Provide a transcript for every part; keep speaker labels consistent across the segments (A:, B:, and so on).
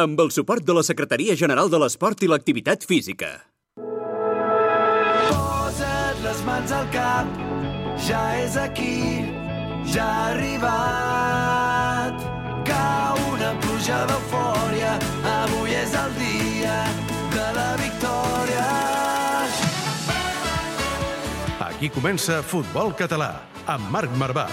A: amb el suport de la Secretaria General de l'Esport i l'Activitat Física.
B: Posa't les mans al cap, ja és aquí, ja ha arribat. Cau una pluja d'eufòria, avui és el dia de la victòria.
C: Aquí comença Futbol Català, amb Marc Marvà.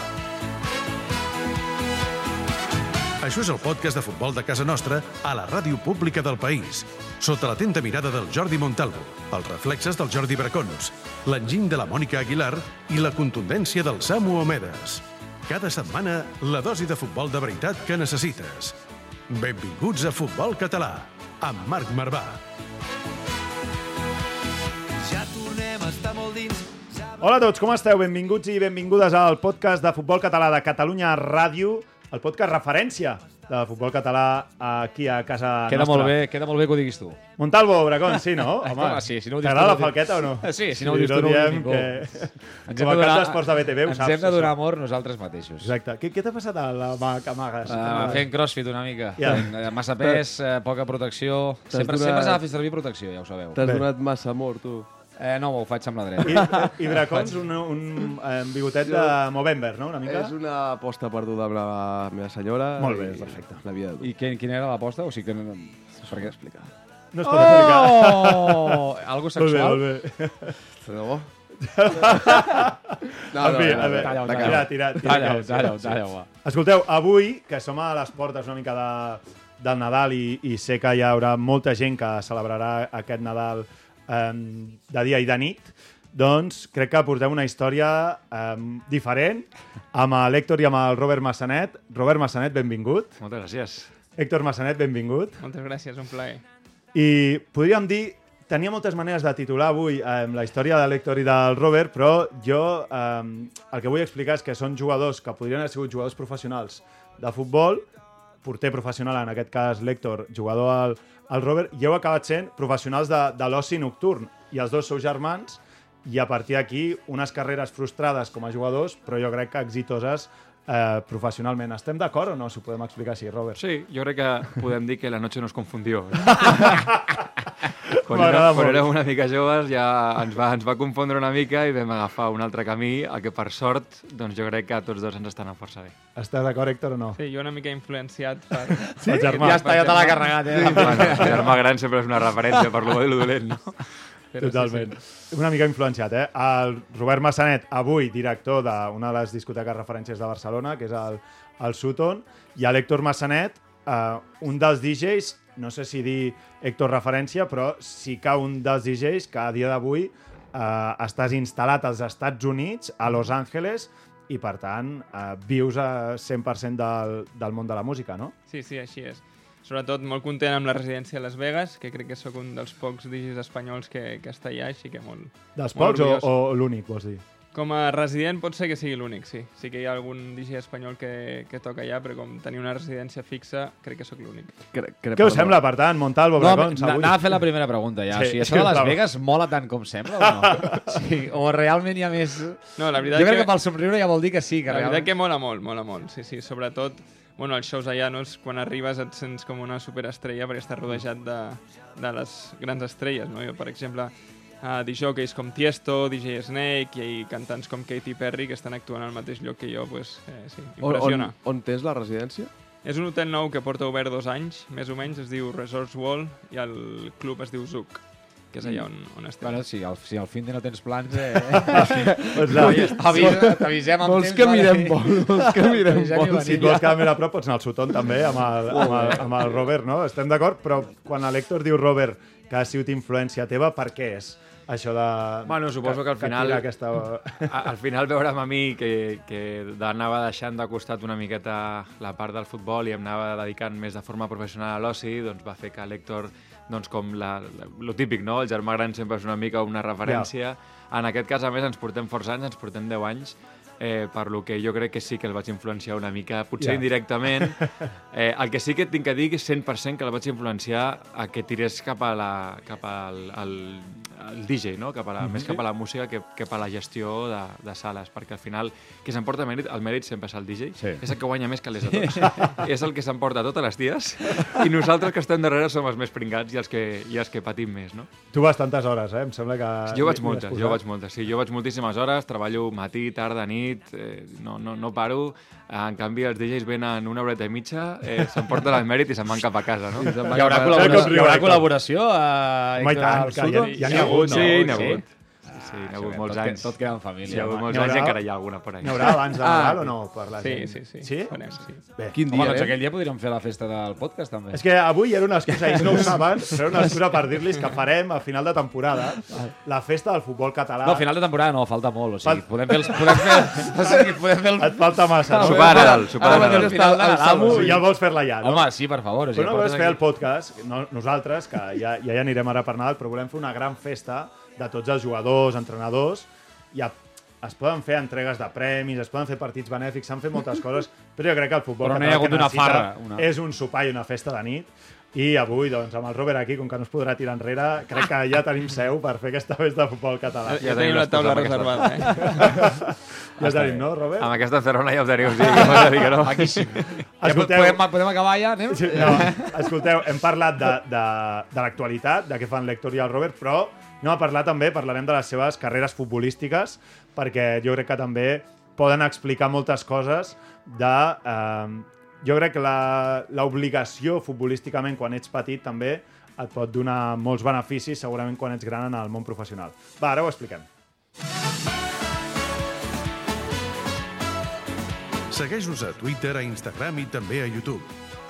C: Això és el podcast de futbol de casa nostra a la ràdio pública del país, sota l'atenta mirada del Jordi Montalvo, els reflexes del Jordi Bracons, l'enginy de la Mònica Aguilar i la contundència del Samu Omedes. Cada setmana, la dosi de futbol de veritat que necessites. Benvinguts a Futbol Català, amb Marc Marvà.
B: Ja tornem a estar molt dins. Ja...
D: Hola a tots, com esteu? Benvinguts i benvingudes al podcast de futbol català de Catalunya Ràdio, el podcast referència de futbol català aquí a casa
E: Queda
D: nostra.
E: molt, bé, queda molt bé que ho diguis tu.
D: Montalvo, Bracón, sí, no?
E: Home, sí, si no ho dius
D: T'agrada la
E: tu, no ho dic.
D: falqueta o no?
E: Sí, si no ho dius tu, no ho diu
D: diem
E: ningú.
D: que... Com a cas d'esports de BTV, ho
E: ens
D: saps.
E: hem de donar
D: això.
E: amor nosaltres mateixos.
D: Exacte. Què, què t'ha passat a la mà que amagues?
E: Uh, fent crossfit una mica.
D: Ja.
E: Yeah. Massa pes, uh, poca protecció... Sempre
F: donat-
E: sempre s'ha de fer servir protecció, ja ho sabeu.
F: T'has
D: Bé.
F: donat massa amor, tu.
E: Eh, no, ho faig amb la dreta.
D: I, I Bracons, un, un, un bigotet de Movember, no? Una mica?
F: És una aposta perduda amb la meva senyora.
D: Molt bé,
F: i
D: perfecte.
F: La vida de tu.
E: I quin, quina era l'aposta? O sigui que... no- Perquè...
D: No es pot explicar.
E: Oh!
D: Molt bé,
E: Algo sexual?
D: molt bé.
F: I... De debò? no,
D: En fi, a veure,
E: Talla-ho,
F: de cara.
D: tira, tira, tira.
E: Talla-ho, talla-ho, talla-ho. va.
D: Escolteu, avui, que som a les portes una mica de, del Nadal i, i sé que hi haurà molta gent que celebrarà aquest Nadal eh, de dia i de nit, doncs crec que portem una història eh, diferent amb l'Hèctor i amb el Robert Massanet. Robert Massanet, benvingut.
G: Moltes gràcies.
D: Héctor Massanet, benvingut.
G: Moltes gràcies, un plaer.
D: I podríem dir, tenia moltes maneres de titular avui eh, la història de l'Hector i del Robert, però jo eh, el que vull explicar és que són jugadors que podrien haver sigut jugadors professionals de futbol, porter professional, en aquest cas l'Hector, jugador al, al Robert, i heu acabat sent professionals de, de l'oci nocturn, i els dos sou germans, i a partir d'aquí unes carreres frustrades com a jugadors, però jo crec que exitoses eh, professionalment. Estem d'acord o no? S'ho podem explicar així, Robert?
G: Sí, jo crec que podem dir que la noche nos confundió. eh? quan,
D: M'agrada
G: era, quan
D: molt.
G: érem una mica joves ja ens va, ens va confondre una mica i vam agafar un altre camí, el que per sort doncs jo crec que a tots dos ens estan anant força bé.
D: Estàs d'acord, Héctor, o no?
H: Sí, jo una mica influenciat per...
D: Sí? El germà.
E: Ja està, ja te l'ha carregat, eh?
G: Bueno, el germà gran sempre és una referència per lo bo i lo dolent, no?
H: Però
D: Totalment. Una mica influenciat, eh? El Robert Massanet, avui director d'una de les discoteques referències de Barcelona, que és el, el Sutton, i a l'Hèctor Massanet, eh, un dels DJs, no sé si dir Héctor referència, però sí que un dels DJs que a dia d'avui eh, estàs instal·lat als Estats Units, a Los Angeles, i per tant eh, vius a 100% del, del món de la música, no?
H: Sí, sí, així és. Sobretot molt content amb la residència a Las Vegas, que crec que sóc un dels pocs digis espanyols que, que està allà, així que molt...
D: Dels
H: molt
D: pocs o,
H: orgullós.
D: o l'únic, vols dir?
H: Com a resident pot ser que sigui l'únic, sí. Sí que hi ha algun digi espanyol que, que toca allà, però com tenir una residència fixa, crec que sóc l'únic.
F: Cre cre
D: Què us sembla, per tant, Montalvo,
E: No,
D: Bracons,
E: na-
D: avui?
E: anava a fer la primera pregunta ja.
D: Sí,
E: Sí,
D: sí,
E: o sigui, això de Las
D: estava.
E: Vegas mola tant com sembla o no? sí, o realment hi ha més...
H: No, la veritat
E: jo crec que...
H: que
E: pel somriure ja vol dir que sí, que
H: La
E: realment...
H: veritat que mola molt, mola molt, sí, sí, sobretot bueno, els shows allà, no? És quan arribes et sents com una superestrella perquè estàs rodejat de, de les grans estrelles, no? Jo, per exemple, a DJs com Tiesto, DJ Snake i, cantants com Katy Perry que estan actuant al mateix lloc que jo, pues, eh,
F: On,
H: sí,
F: on,
H: impressiona.
F: on tens la residència?
H: És un hotel nou que porta obert dos anys, més o menys, es diu Resorts Wall i el club es diu Zouk, que és allà on, on estem.
E: Bueno, si al, si al fin de no tens plans, eh...
D: Doncs la-
E: Avisa, t'avisem amb
F: Vols
E: temps,
F: que
E: vale?
F: mirem molt, vols que mirem
E: Avisem i
F: molt.
D: Si
E: venim.
D: et vols quedar més a prop, pots anar al Sutton també, amb el, amb el, amb el Robert, no? Estem d'acord, però quan l'Hèctor diu, Robert, que ha sigut influència teva, per què és això de...
G: Bueno, suposo que al final-
D: tira Aquesta...
G: A- Al final veure'm a mi que, que anava deixant de costat una miqueta la part del futbol i em anava dedicant més de forma professional a l'oci, doncs va fer que l'Hèctor, doncs com la, la, lo típic, no? El germà gran sempre és una mica una referència. En aquest cas, a més, ens portem força anys, ens portem 10 anys, eh, per lo que jo crec que sí que el vaig influenciar una mica,
D: Ja.
G: potser yeah. indirectament. Eh, el que sí que tinc que dir que 100% que el vaig influenciar a que tirés cap, a la, cap al, al, al DJ, no? cap a la, més
D: Mhm.
G: cap a la música que, que per la gestió de, de sales, perquè al final qui s'emporta mèrit, el mèrit sempre és el DJ,
D: Sí.
G: és el que guanya més calés a tots. és el que s'emporta totes les dies i nosaltres que estem darrere som els més pringats i els que, i els que patim més, no?
D: Tu vas tantes hores, eh? Em sembla que...
G: Jo
D: m'hi- m'hi
G: vaig
D: has
G: moltes, jo
D: posat.
G: vaig moltes, sí, jo vaig moltíssimes hores, treballo matí, tarda, nit, eh, no, no, no paro, Eh, en canvi els DJs venen una horeta i mitja, eh, s'emporten el mèrit i se'n van cap a casa, no?
E: Hi haurà
D: com
E: col·laboració, hi
D: riu,
E: haurà
D: Héctor.
E: col·laboració a
D: Home, i tant,
E: al
D: que
E: Sudo?
D: ja- ja n'hi ha hagut,
G: Sí,
D: no?
G: n'hi ha
E: Sí.
G: hagut. Sí, sí, n'hi ha hagut molts
E: tot,
G: anys.
E: Que, tot queda en
G: Sí,
E: família.
G: Hi ha hagut
E: home.
G: molts
D: N'hi
G: anys i
D: haurà-
G: encara hi ha alguna per
D: N'hi
G: aquí.
D: haurà abans de Nadal o no? Per la
H: Sí,
D: gent?
H: sí, sí.
D: Sí?
H: Farem, sí.
D: Bé.
F: Quin
E: Home,
F: dia,
E: doncs
F: eh?
E: aquell dia podríem fer la festa del podcast, també.
D: És que avui era una excusa, ells no ho saben, però era una excusa per dir-los que farem a final de temporada la festa del futbol català.
E: No, final de temporada no, falta molt. O sigui,
D: Fal-
E: podem fer els... Podem fer, o sigui, podem fer el...
D: Et falta massa. No?
G: Sopar a Nadal, sopar a
E: Ara mateix
G: Nadal.
E: està el, el Samu
D: Sí,
E: i...
D: ja vols fer-la ja, no?
E: Home, sí, per favor. O sigui,
D: Però no vols
E: porten
D: fer el
E: aquí-
D: podcast, no, nosaltres, que ja, ja hi anirem ara per Nadal, però volem fer una gran festa de tots els jugadors, entrenadors, i a, es poden fer entregues de premis, es poden fer partits benèfics, s'han fet moltes coses, però jo crec que el futbol
E: Però no hi ha
D: català
E: hagut
D: que
E: una
D: necessita
E: farra, una.
D: és un sopar i una festa de nit, i avui, doncs, amb el Robert aquí, com que no es podrà tirar enrere, crec que ja tenim seu per fer aquesta festa de futbol català.
H: Ja, ja
G: tenim
H: tenim la
G: les
H: taula
G: coses amb
H: reservada, eh?
D: Ja tenim, no, Robert?
G: Amb aquesta cerona ja ho teniu, sí, que m'has de dir que no. Aquí sí.
E: Ja, podem, podem acabar ja, anem?
D: Sí, No, escolteu, hem parlat de, de, de l'actualitat, de què fan l'Hector i el Robert, però anem a parlar també, parlarem de les seves carreres futbolístiques, perquè jo crec que també poden explicar moltes coses de... Eh, jo crec que la- l'obligació futbolísticament quan ets petit també et pot donar molts beneficis segurament quan ets gran en el món professional. Va, ara ho expliquem.
C: Segueix-nos a Twitter, a Instagram i també a YouTube.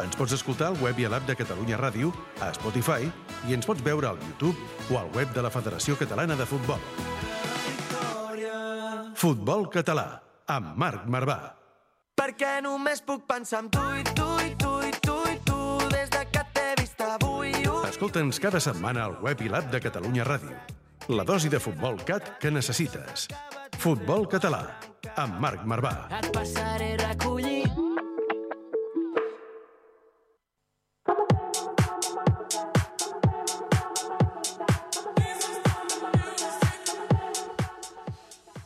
C: Ens pots escoltar al web i a l'app de Catalunya Ràdio, a Spotify, i ens pots veure al YouTube o al web de la Federació Catalana de Futbol. Futbol català, amb Marc Marvà.
B: Perquè només puc pensar en tu i tu i tu i tu i tu des de que t'he vist avui. Ui.
C: Escolta'ns cada setmana al web i l'app de Catalunya Ràdio. La dosi de futbol cat que necessites. Futbol català, amb Marc Marvà.
B: Et passaré recollint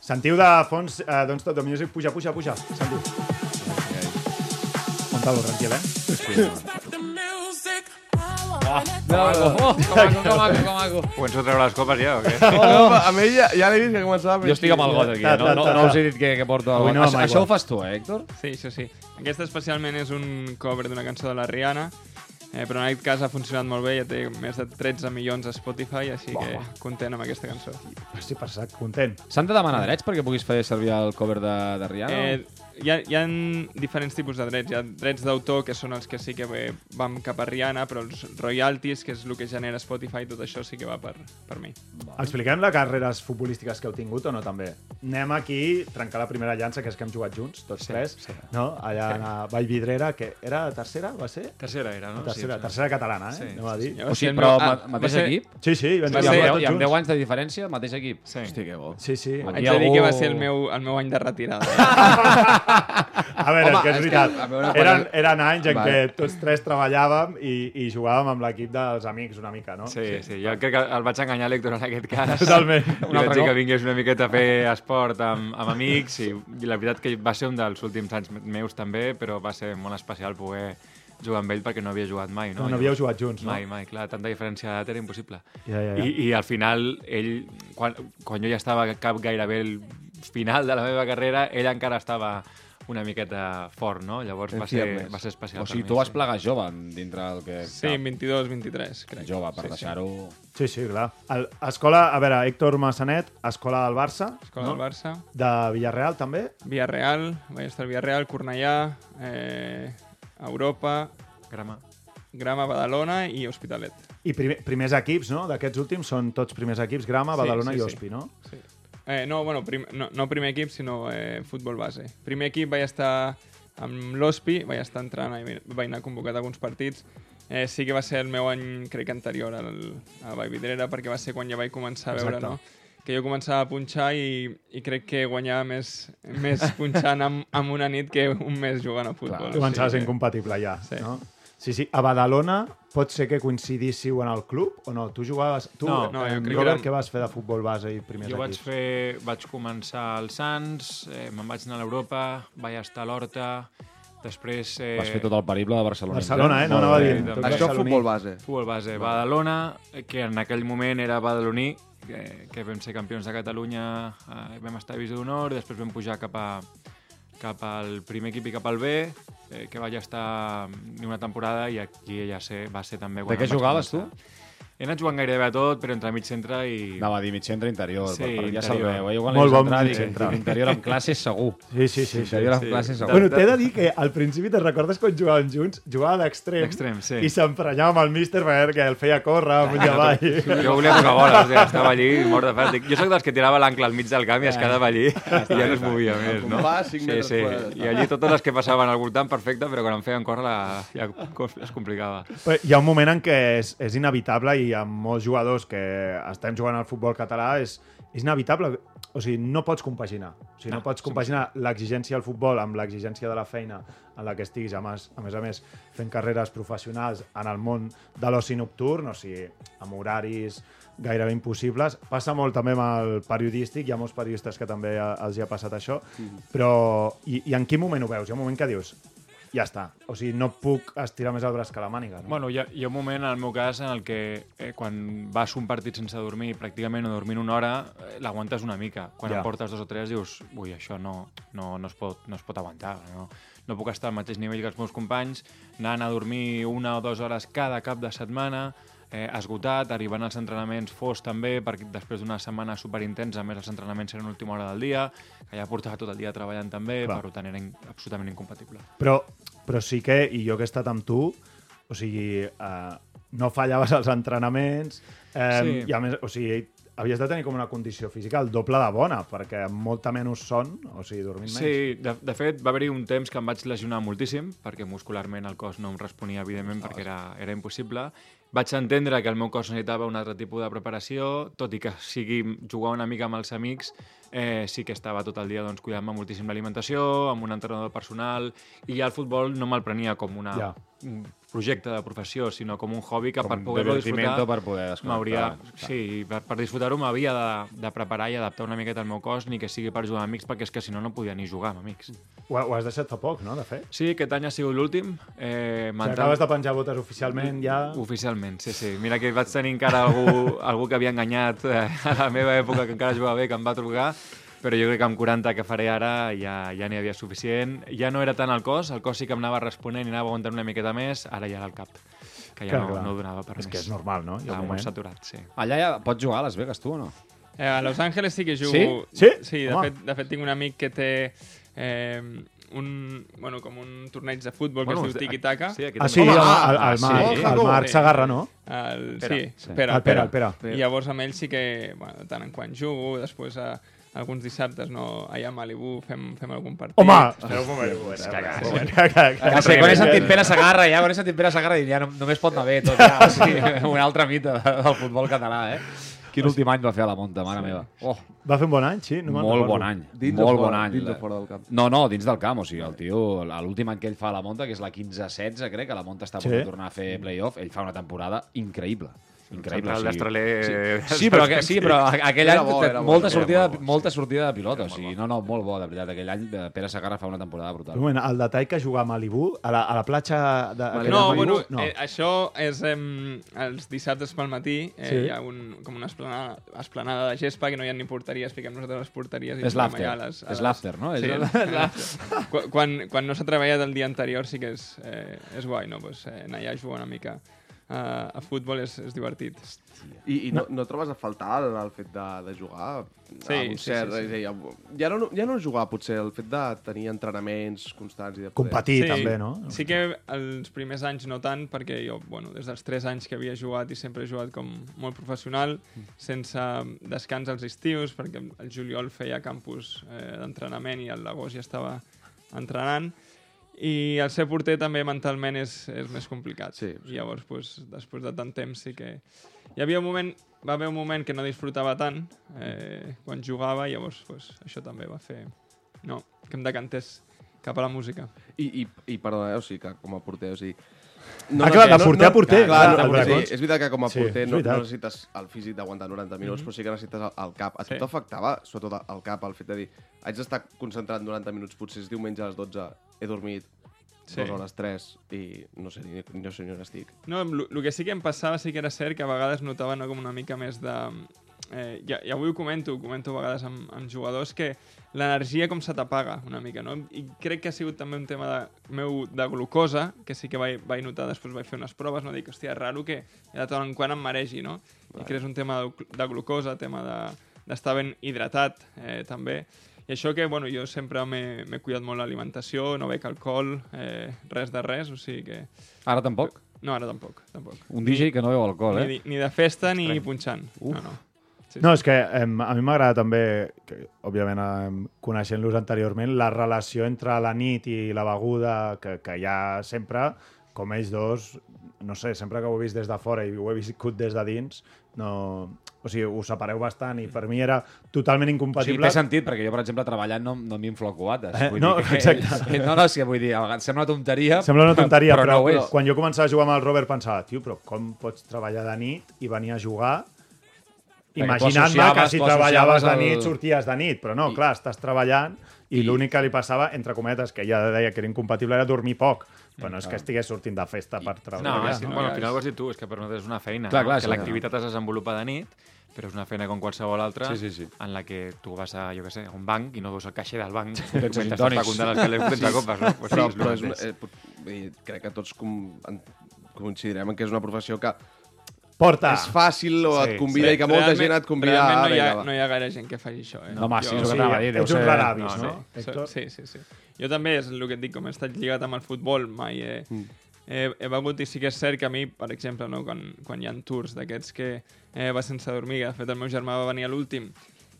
D: Sentiu de fons, eh, doncs, tot de music, puja, puja, puja. Sentiu. Montalo, tranquil, eh?
E: No, no, no. Com maco, com maco, com maco.
G: Penso treure les copes ja, o què?
F: Oh, amb ell ja, ja l'he vist que començava...
E: Jo estic amb el got aquí, eh? no, no, no us he dit que, que porto el
D: Avui
E: got.
D: no,
E: Això,
D: mai
E: això
D: igual.
E: ho fas tu, eh, Héctor?
H: Sí, això sí. Aquesta especialment és un cover d'una cançó de la Rihanna, eh, però en aquest cas ha funcionat molt bé, ja té més de 13 milions a Spotify, així que content amb aquesta cançó.
D: Sí, per estar content.
E: S'han de demanar drets perquè puguis fer servir el cover de, de Rihanna?
H: Eh, hi, ha, hi ha diferents tipus de drets. Hi ha drets d'autor, que són els que sí que eh, van cap a Rihanna, però els royalties, que és el que genera Spotify, tot això sí que va per, per mi.
D: Expliquem les carreres futbolístiques que heu tingut o no també? Anem aquí, trencar la primera llança, que és que hem jugat junts, tots sí, tres, sí. no? Allà sí. a Vallvidrera, que era tercera, va ser?
G: Tercera era, no?
D: Tercera,
G: sí,
D: tercera catalana, eh? Sí,
G: Sí,
D: Anem a
G: sí,
D: dir.
E: o
H: Va ser
E: sigui,
H: el
E: però
H: meu-
E: ma,
H: ah,
E: mateix
H: va ser-
E: equip?
D: Sí, sí, vam
H: Va
E: I
D: jugar
H: ser-
E: amb,
D: tots
E: deu- i amb
D: junts.
E: 10 anys de diferència, mateix equip.
G: Sí.
F: Hosti, que bo.
D: Sí, sí.
E: Aquí
H: Haig de dir
E: algú-
H: que
E: Ah,
H: va ser el meu, el meu any de retirada. eh?
D: A veure, Home, és que és
F: és que,
D: veritat.
F: a veure, quan-
D: eren, eren anys en
F: Vale.
D: què tots tres treballàvem i, i jugàvem amb l'equip dels amics una mica, no?
G: Sí, sí, jo crec que el vaig enganyar l'Hèctor en aquest cas.
D: Totalment.
G: Li vaig dir que vingués una miqueta a fer esport amb, amb amics i, i la veritat que va ser un dels últims anys meus també, però va ser molt especial poder jugar amb ell perquè no havia jugat mai. No,
D: No, no havíeu jugat junts, no?
G: Mai, mai, clar, tanta diferència d'edat era impossible.
D: Ja, ja, ja.
G: I, I al final, ell, quan, quan jo ja estava cap gairebé el final de la meva carrera, ell encara estava una miqueta fort, no? Llavors va ser, va ser especial.
E: O sigui,
G: per
E: tu
G: mi,
E: vas
G: sí.
E: plegar jove dintre del que...
H: Sí, 22-23, crec.
E: Jove, per
H: Sí, sí.
E: deixar-ho...
D: Sí, sí, clar. El, escola, a veure, Héctor Massanet, escola del Barça,
H: Escola no? del Barça.
D: de Villarreal també,
H: Villarreal, vaig estar al Villarreal, Cornellà, eh, Europa,
G: Grama.
H: Grama, Badalona i Hospitalet.
D: I primer, primers equips, no? D'aquests últims són tots primers equips, Grama,
H: Sí,
D: Badalona
H: sí,
D: i
H: sí.
D: Ospi, no?
H: Sí. Eh, no, bueno, prim, no, no primer equip, sinó eh, futbol base. Primer equip vaig estar amb l'Hospi, vaig estar entrant, i vaig anar convocat a alguns partits. Eh, sí que va ser el meu any, crec, anterior al, a Vallvidrera, perquè va ser quan ja vaig començar a veure,
D: Exacte.
H: no? que jo començava a punxar i, i crec que guanyava més, més punxant amb, amb una nit que un mes jugant a futbol.
E: Clar.
H: O sigui
D: Començava a ser
H: que-
D: incompatible ja, sí.
H: Sí.
D: no? Sí, sí. A Badalona pot ser que coincidíssiu en el club o no? Tu jugaves... Tu,
G: No,
H: no, jo
D: em,
H: crec que
D: Robert,
H: érem-
D: què vas fer de futbol base i primers
G: Jo vaig
D: equips?
G: fer... Vaig començar als Sants, eh, me'n vaig anar a l'Europa, vaig estar a l'Horta, després... Eh,
E: Vas fer tot el perible de Barcelona.
D: Barcelona, eh? No
E: Molt
D: anava
E: bé.
D: dient.
G: Tot
D: Tot
F: Això
D: barceloní.
F: futbol base.
G: Futbol base, Badalona, que en aquell moment era badaloní, que, que vam ser campions de Catalunya, eh, vam estar a Visió d'Honor, després vam pujar cap, a, cap al primer equip i cap al B, eh, que vaig estar ni una temporada i aquí ja sé, va ser també... quan
E: De què
G: em vaig
E: jugaves,
G: començar. He anat jugant gairebé a tot, però entre mig centre i...
E: Anava a dir mig centre interior,
G: Sí,
E: sí, per, per, ja se'l
G: interior.
E: veu. Eh? Jo quan
D: Molt
E: Molt
D: bon
E: bon
D: mig centre.
E: Interior amb classes segur.
D: Sí, sí, sí. sí.
E: Interior amb classes segur.
D: Bueno, t'he de dir que al principi te'n recordes quan jugàvem junts? Jugava d'extrem.
G: D'extrem, sí.
D: I s'emprenyava amb el míster perquè el feia córrer, amunt i avall.
G: Jo volia tocar bola, o sigui, estava allí mort de fàstic. Jo sóc dels que tirava l'ancle al mig del camp
F: Eh.
G: i es quedava allí i ja no es movia més, no?
F: compàs, cinc metres fora.
G: I allí totes les que passaven al voltant, perfecte, però quan em feien córrer la, ja es complicava.
D: Però Eh, Hi ha un moment en què és, és inevitable i amb molts jugadors que estem jugant al futbol català és, és inevitable. O sigui, no pots compaginar. O sigui, no,
G: No,
D: pots compaginar l'exigència del futbol amb l'exigència de la feina en la que estiguis, a més a més, a més fent carreres professionals en el món de l'oci nocturn, o sigui, amb horaris gairebé impossibles. Passa molt també amb el periodístic, hi ha molts periodistes que també eh, els hi ha passat això, però... I, I en quin moment ho veus? Hi ha un moment que dius ja està. O sigui, no puc estirar més el braç que la màniga. No?
G: Bueno, hi ha, hi ha un moment, en el meu cas, en el que eh, quan vas un partit sense dormir, pràcticament o dormint una hora, eh, l'aguantes una mica. Quan
D: Ja.
G: ja. en portes dos o tres dius, ui, això no, no, no, es, pot, no es pot aguantar, no, no puc estar al mateix nivell que els meus companys, anant a dormir una o dues hores cada cap de setmana, eh, esgotat, arribant als entrenaments fos també, perquè després d'una setmana superintensa, a més els entrenaments eren l'última hora del dia, que ja portava tot el dia treballant també,
D: Clar.
G: Clar. per tant era in absolutament incompatible.
D: Però, però sí que, i jo que he estat amb tu, o sigui, eh, no fallaves als entrenaments, eh, sí.
G: Sí.
D: i a més, o sigui, havies de tenir com una condició física el doble de bona, perquè amb molta menys son, o sigui, dormint menys.
G: Sí, de, de fet, va haver-hi un temps que em vaig lesionar moltíssim, perquè muscularment el cos no em responia, evidentment, perquè era, era impossible. Vaig entendre que el meu cos necessitava un altre tipus de preparació, tot i que sigui jugar una mica amb els amics, eh, sí que estava tot el dia doncs, cuidant-me moltíssim l'alimentació, amb un entrenador personal, i ja el futbol no me'l prenia com una,
D: Ja.
G: un projecte de professió, sinó com un hobby que
E: Com
G: per
E: un
G: poder-lo
E: divertimento
G: disfrutar...
E: per poder desconnectar.
G: m'hauria-
E: Clar.
G: Sí, per, per disfrutar-ho m'havia de, de preparar i adaptar una miqueta el meu cos, ni que sigui per jugar amb amics, perquè és que si no, no podia ni jugar amb amics.
D: Ho, ho has deixat fa poc, no?, de fet.
G: Sí, aquest any ha sigut l'últim. Eh,
D: O sigui,
G: mental-
D: acabes de penjar botes oficialment, ja...
G: Oficialment, sí, sí. Mira que vaig tenir encara algú, algú que havia enganyat eh, a la meva època, que encara jugava bé, que em va trucar, però jo crec que amb 40 que faré ara ja ja n'hi havia suficient. Ja no era tant el cos, el cos sí que em anava responent i anava aguantant una miqueta més, ara ja era el cap, que ja
D: Clar,
G: no,
D: clar.
G: no donava per
D: És
G: més.
D: que és normal, no? Hi
E: Ah,
D: ha
G: Estava
D: un
G: molt
D: moment.
G: saturat, sí.
E: Allà ja pots jugar a Las Vegas, tu o no?
H: Eh, a Los Angeles sí que jugo...
E: Sí?
D: Sí?
H: Sí, de
D: Home.
H: fet, de fet tinc un amic que té... Eh, un, bueno, com un torneig de futbol que es diu Tiki-Taka.
G: Sí, eh, aquí
D: Ah, sí,
G: també.
D: el, el,
E: ah,
D: el,
E: ah,
D: el,
E: sí.
D: Marc, el
F: Jacobo.
D: Marc Sagarra, no?
H: El,
G: Pere.
H: sí, espera,
D: El Pere, el Pere.
H: I llavors amb ell sí que, bueno, de tant en quant jugo, després a, alguns dissabtes no, allà a Malibu fem, fem algun partit.
D: Home! Espera un moment.
E: Ja sé, quan he sentit Pere Sagarra, ja, quan he sentit Pere Sagarra, dic, ja no, només pot anar bé tot, ja. O sigui, un altre mite de- del futbol català, eh? Quin últim any va fer a la Monta, mare meva. Oh,
D: Va fer un bon any, sí? No me'n
E: molt
D: recordo.
E: bon any.
F: Dins o
E: molt
F: fora?
E: bon any. eh.
F: Dins o fora del camp?
E: No, no, dins del camp. O sigui, el tio, l'últim any que ell fa a la Monta, que és la 15-16, crec, que la Monta està a punt
D: Sí.
E: de tornar a fer playoff, ell fa una temporada increïble. Increïble.
G: Central d'Estraler-
E: Sí, sí, però, aqu- sí, però aqu- aquell
F: Era
E: any
F: bo, era bo,
E: molta,
F: era
E: sortida,
F: molt bo, sí.
E: molta sortida de pilota. O sigui, no, no, molt bo, de veritat. Aquell any eh, Pere Sagarra fa una temporada brutal.
D: Un moment, el detall que jugava a Malibu, a la, a la platja de, aquella
H: No,
D: de Malibu,
H: bueno, no. Eh, això és em, els dissabtes pel matí, eh,
D: Sí.
H: hi ha un, com una esplanada, esplanada de gespa que no hi ha ni porteries, fiquem nosaltres les porteries i
E: És
H: juguem
E: l'after.
H: allà a les- a
E: És
H: les-
E: l'after, no? És
H: Sí,
E: el-
H: l'after. Quan- quan, quan no s'ha treballat el dia anterior sí que és, eh, és guai, no? Pues, eh, anar allà a jugar una mica eh, a futbol és, és divertit.
F: I, i no, no trobes a faltar el, el fet de, de jugar
H: Sí,
F: a un
H: sí,
F: cert...
H: sí, sí.
F: és a dir, Ja, no, ja no jugar, potser, el fet de tenir entrenaments constants i de poder...
D: Competir, també, no?
H: Sí que els primers anys no tant, perquè jo, bueno, des dels 3 anys que havia jugat i sempre he jugat com molt professional, sense descans als estius, perquè el juliol feia campus eh, d'entrenament i a l'agost ja estava entrenant, i el ser porter també mentalment és, és més complicat.
F: Sí, sí.
H: Llavors, pues, després de tant temps sí que... Hi havia un moment va haver un moment que no disfrutava tant eh, quan jugava, i llavors pues, això també va fer no, que em decantés cap a la música.
F: I, i, i perdó, eh? o sigui, que com a porter, o sigui...
D: Ah, clar, de porter a porter,
F: Clar,
D: clar,
F: no,
D: a
F: no, sí,
D: Bracons.
F: és veritat que com a
D: Sí,
F: porter
D: és
F: no,
D: veritat. Mhm.
F: no necessites el físic d'aguantar 90 minuts, però sí que necessites el, el cap. A tu
H: Sí.
F: t'afectava, sobretot el cap, el fet de dir haig d'estar concentrat 90 minuts, potser és diumenge a les 12, he dormit
H: Sí.
F: sí. dues hores, tres, i no sé ni, ni, no sé ni on estic.
H: No, el que sí que em passava sí que era cert que a vegades notava no, com una mica més de... Eh, i, I avui ho comento, ho comento a vegades amb, amb jugadors, que l'energia com se t'apaga una mica, no? I crec que ha sigut també un tema de, meu de glucosa, que sí que vaig, vaig notar, després vaig fer unes proves, no? Dic, hòstia, és raro que de tant en quant em maregi, no? I crec que és un tema de, de glucosa, tema de- d'estar de, ben hidratat, eh, també. I això que, bueno, jo sempre m'he m'he cuidat molt l'alimentació, no bec alcohol, eh, res de res, o sigui que...
E: Ara tampoc.
H: No, ara tampoc, tampoc.
E: Un DJ que no veu alcohol, eh?
H: Ni, ni de festa ni punxant. No, no.
D: No, és que em, a mi m'agrada també, que, òbviament em, coneixent-los anteriorment, la relació entre la nit i la beguda que, que hi ha sempre, com ells dos, no sé, sempre que ho he vist des de fora i ho he viscut des de dins, no... O sigui, ho separeu bastant i per mi era totalment
E: O sigui,
D: incompatible.
E: té sentit, perquè jo, per exemple, treballant no, no m'inflo a cubates.
D: Eh,
E: Vull
D: no,
E: dir que
D: exacte.
E: és- que- no, no, és que vull dir, a vegades sembla una tonteria.
D: Sembla una tonteria, però,
E: però, no ho és.
D: quan jo començava a jugar amb el Robert pensava, tio, però com pots treballar de nit i venir a jugar
E: tu
D: imaginant-me que
E: associaves-
D: si
E: tu
D: treballaves de
E: associaves el-
D: nit sorties de nit, però no, clar, estàs treballant i,
E: I-
D: l'únic que li passava, entre cometes, que ja deia que era incompatible, era dormir poc. Però no és que estigués sortint de festa per treballar.
G: No, és,
H: no,
G: bueno,
H: ja
G: al final
H: és-
G: ho has dit tu, és que per nosaltres és una feina.
E: Clar,
G: no?
E: clar, sí,
G: que l'activitat es desenvolupa de nit, però és una feina com qualsevol altra,
E: Sí, sí, sí.
G: en la que tu vas a, jo què sé, a un banc i no veus el caixer del banc
E: els
G: mentre
E: gintònics.
G: t'està comptant els calés sense copes. No? Pues
F: però,
G: sí,
F: però
G: és
F: és,
G: el
F: una-
G: mateix.
F: eh, pot- vull dir, crec que tots com, en, coincidirem en que és una professió que
D: Porta!
F: és fàcil o et
G: Sí,
F: convida i que molta gent et convida
H: Realment no hi,
F: "Vinga,
H: ha,
F: va".
H: no hi ha gaire gent que faci això, eh?
E: No, home, sí, és el que
D: Sí,
E: t'anava a dir. deu
D: ets un
E: ser-
D: rar avis,
G: no,
D: no?
H: Sí,
D: Héctor?
H: sí, sí, sí. Jo també, és el que et dic, com he estat lligat amb el futbol, mai he, he, he begut i sí que és cert que a mi, per exemple, no, quan, quan hi ha tours d'aquests que eh, va sense dormir, que de fet el meu germà va venir a l'últim,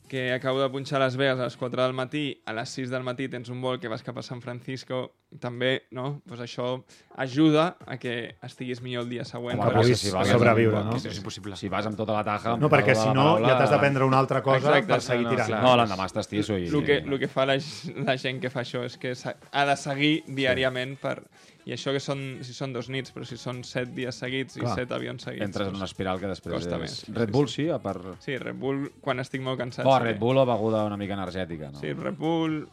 H: que acabo de punxar a Las Vegas a les 4 del matí, a les 6 del matí tens un vol que vas cap a San Francisco, també, no? Pues això ajuda a que estiguis millor el dia següent.
E: Home,
H: Però-
E: però
D: puguis
E: si vas-
D: sobreviure, no?
E: Sí, sí, sí.
G: És impossible.
E: Si vas amb tota la taja... amb
D: No, perquè
E: tota
D: si
E: la
D: no
E: paraula-
D: ja t'has de prendre una altra cosa
H: Exacte,
D: per seguir
H: no,
D: tirant.
H: clar.
E: No, l'endemà estàs tiso i...
H: El que, lo que fa la, g- la gent que fa això és que s'ha- ha de seguir diàriament per... I això que són, si són dos nits, però si són set dies seguits
D: Clar.
H: i set avions seguits...
E: Entres en una
H: doncs-
E: espiral que després
H: Costa
E: és...
H: més.
E: Red Bull, sí, a per...
H: Sí, Red Bull, quan estic molt cansat...
E: Bo,
H: sí
E: Red
H: que-
E: Bull o beguda una mica energètica, no?
H: Sí, Red Bull...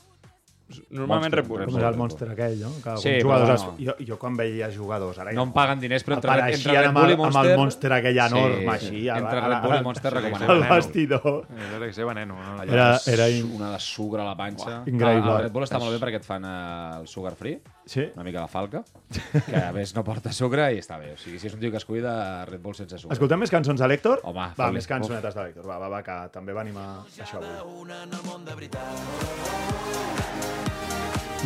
E: Monster,
H: Normalment Red Bull.
E: Red
D: Com
E: Bull.
D: és el monstre aquell, no? Que alguns
E: Sí, però
D: jugadors...
E: bueno.
D: es- Jo, jo quan veia jugadors, ara ja
E: No em paguen diners, però entre, entre
D: apareixien
E: Red
D: amb
E: Bull
D: el,
E: i
D: amb
E: Monster...
D: el monstre aquell enorme,
E: Sí,
D: així.
E: sí.
D: a la-
E: Entre
D: a la-
E: Red Bull i
D: a la-
E: Monster recomanem.
D: Al vestidor.
G: Era que Eh, sé veneno. No?
D: Era- era in-
E: una de sucre a la panxa.
D: increïble.
E: Ah, el Red Bull està molt bé perquè et fan eh, el sugar free,
D: Sí.
E: una mica la falca, que a més no porta sucre i està bé. O sigui, si és un tio que es cuida, Red Bull sense sucre.
D: Escoltem més cançons de l'Hèctor?
E: Home,
D: va,
E: foli.
D: més cançonetes de l'Hèctor. Va, va, va, que també venim a això avui.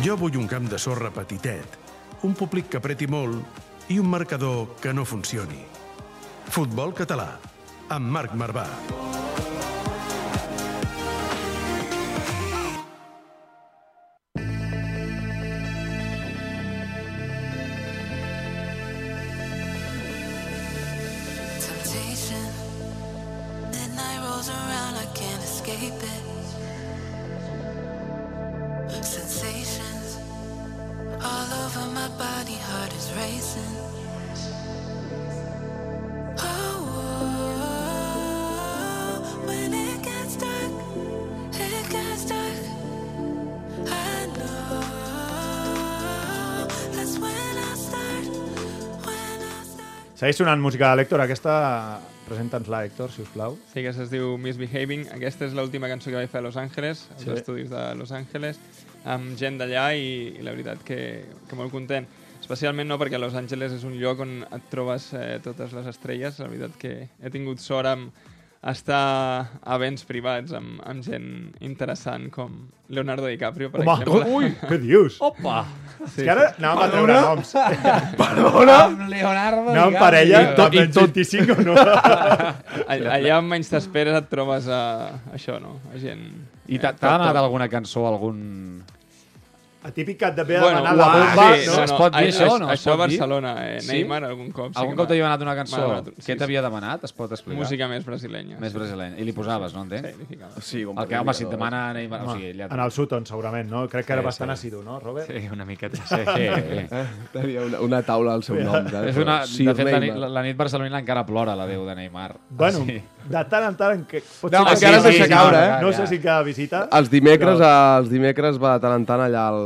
C: Jo vull un camp de sorra petitet, un públic que apreti molt i un marcador que no funcioni. Futbol català, amb Marc Marvà.
I: Temptation. Midnight rolls around, I can't escape it. Sensations all over my body, heart is racing. Oh, when it gets dark, it gets dark. I know that's when I start. When I start.
D: Segueix sonant música de l'Hèctor. Aquesta, presenta'ns-la, Hèctor, si us plau.
H: Sí, que es diu Misbehaving. Aquesta és l'última cançó que vaig fer a Los Angeles, als
D: Sí.
H: estudis de Los Angeles, amb gent d'allà i, i la veritat que, que molt content. Especialment no perquè Los Angeles és un lloc on et trobes eh, totes les estrelles. La veritat que he tingut sort amb estar a events privats amb, amb gent interessant com Leonardo DiCaprio, per
D: Home,
H: exemple.
D: ui, què dius?
E: Opa!
D: és que ara anàvem a treure noms.
E: Perdona?
F: Ah,
E: Amb Leonardo
D: Anàvem
E: DiCaprio.
D: parella,
H: I
D: tot,
H: tot-
D: i tot. 25 o no?
H: All- Allà on menys t'esperes et trobes a, això, no? A gent...
E: I t'ha
H: eh,
E: t'ha
H: top, top.
E: demanat alguna cançó, algun...
D: Atípic que et ve a demanar la
E: uah,
D: bomba,
E: sí,
D: no?
E: Es pot dir això o no? Es
H: Això a
E: pot dir?
H: Barcelona, eh?
E: Sí?
H: Neymar algun cop.
E: Algun
H: que
E: cop
H: m'ha-
E: t'havia demanat una cançó.
H: m'ha demanat un- sí,
E: Què
H: sí.
E: t'havia demanat? Es pot explicar?
H: Música més brasilenya.
E: Més brasilenya. I li posaves, no entenc?
H: Sí, li ficava.
F: Sí, com
E: El que, home, si et demana Neymar... O sigui, ja...
D: En el Sutton, segurament, no? Crec que era bastant assidu, no, Robert?
G: Sí, una miqueta, sí.
E: Sí, sí.
F: Eh? Tenia una, una taula al seu nom. eh? saps?
E: És una,
F: Sir
E: de fet, la, nit,
F: Neymar.
E: la, la nit barcelonina encara plora la déu de Neymar.
D: Bueno,
E: Sí.
D: de tant en tant... Que... Pot
E: No,
D: ser que
E: encara
D: cada
E: has deixat
D: visita,
F: caure, eh?
D: No
E: Ja.
D: sé si cada visita...
F: Els dimecres, a, els dimecres va de tant en tant allà al,